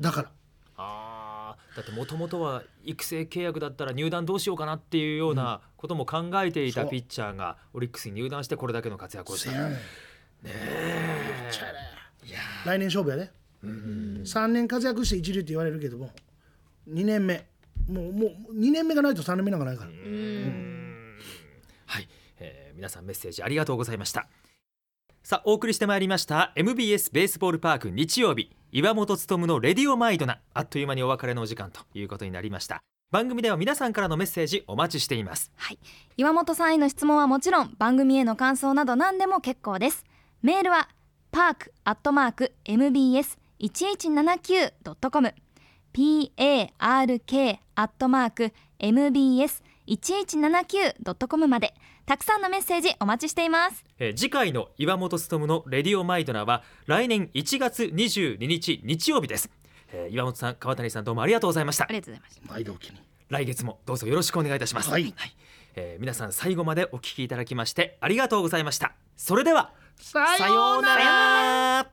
Speaker 1: だから
Speaker 2: ーあーだってもともとは育成契約だったら入団どうしようかなっていうようなことも考えていた
Speaker 1: そう
Speaker 2: ピッチャーがオリックスに入団してこれだけの活躍をし
Speaker 1: せ
Speaker 2: た。
Speaker 1: やねんちゃうね来年勝負やね、3年活躍して一流って言われるけども2年目もうもう2年目がないと3年目なんかないから、
Speaker 2: はい、えー皆さんメッセージありがとうございましたさあお送りしてまいりました MBS ベースボールパーク日曜日岩本勉のレディオマイドナあっという間にお別れのお時間ということになりました番組では皆さんからのメッセージお待ちしています
Speaker 5: はい、岩本さんへの質問はもちろん番組への感想など何でも結構ですメールはパークアットマーク mbs1179.com park アットマーク mbs1179.com までたくさんのメッセージお待ちしています
Speaker 2: えー次回の岩本勉のレディオマイドナは来年1月22日日曜日です、えー岩本さん川谷さんどうもありがとうございました
Speaker 5: ありがとうございました
Speaker 1: 毎度お気に
Speaker 2: 来月もどうぞよろしくお願いいたします、
Speaker 1: はい
Speaker 2: えー皆さん最後までお聞きいただきましてありがとうございましたそれではさようなら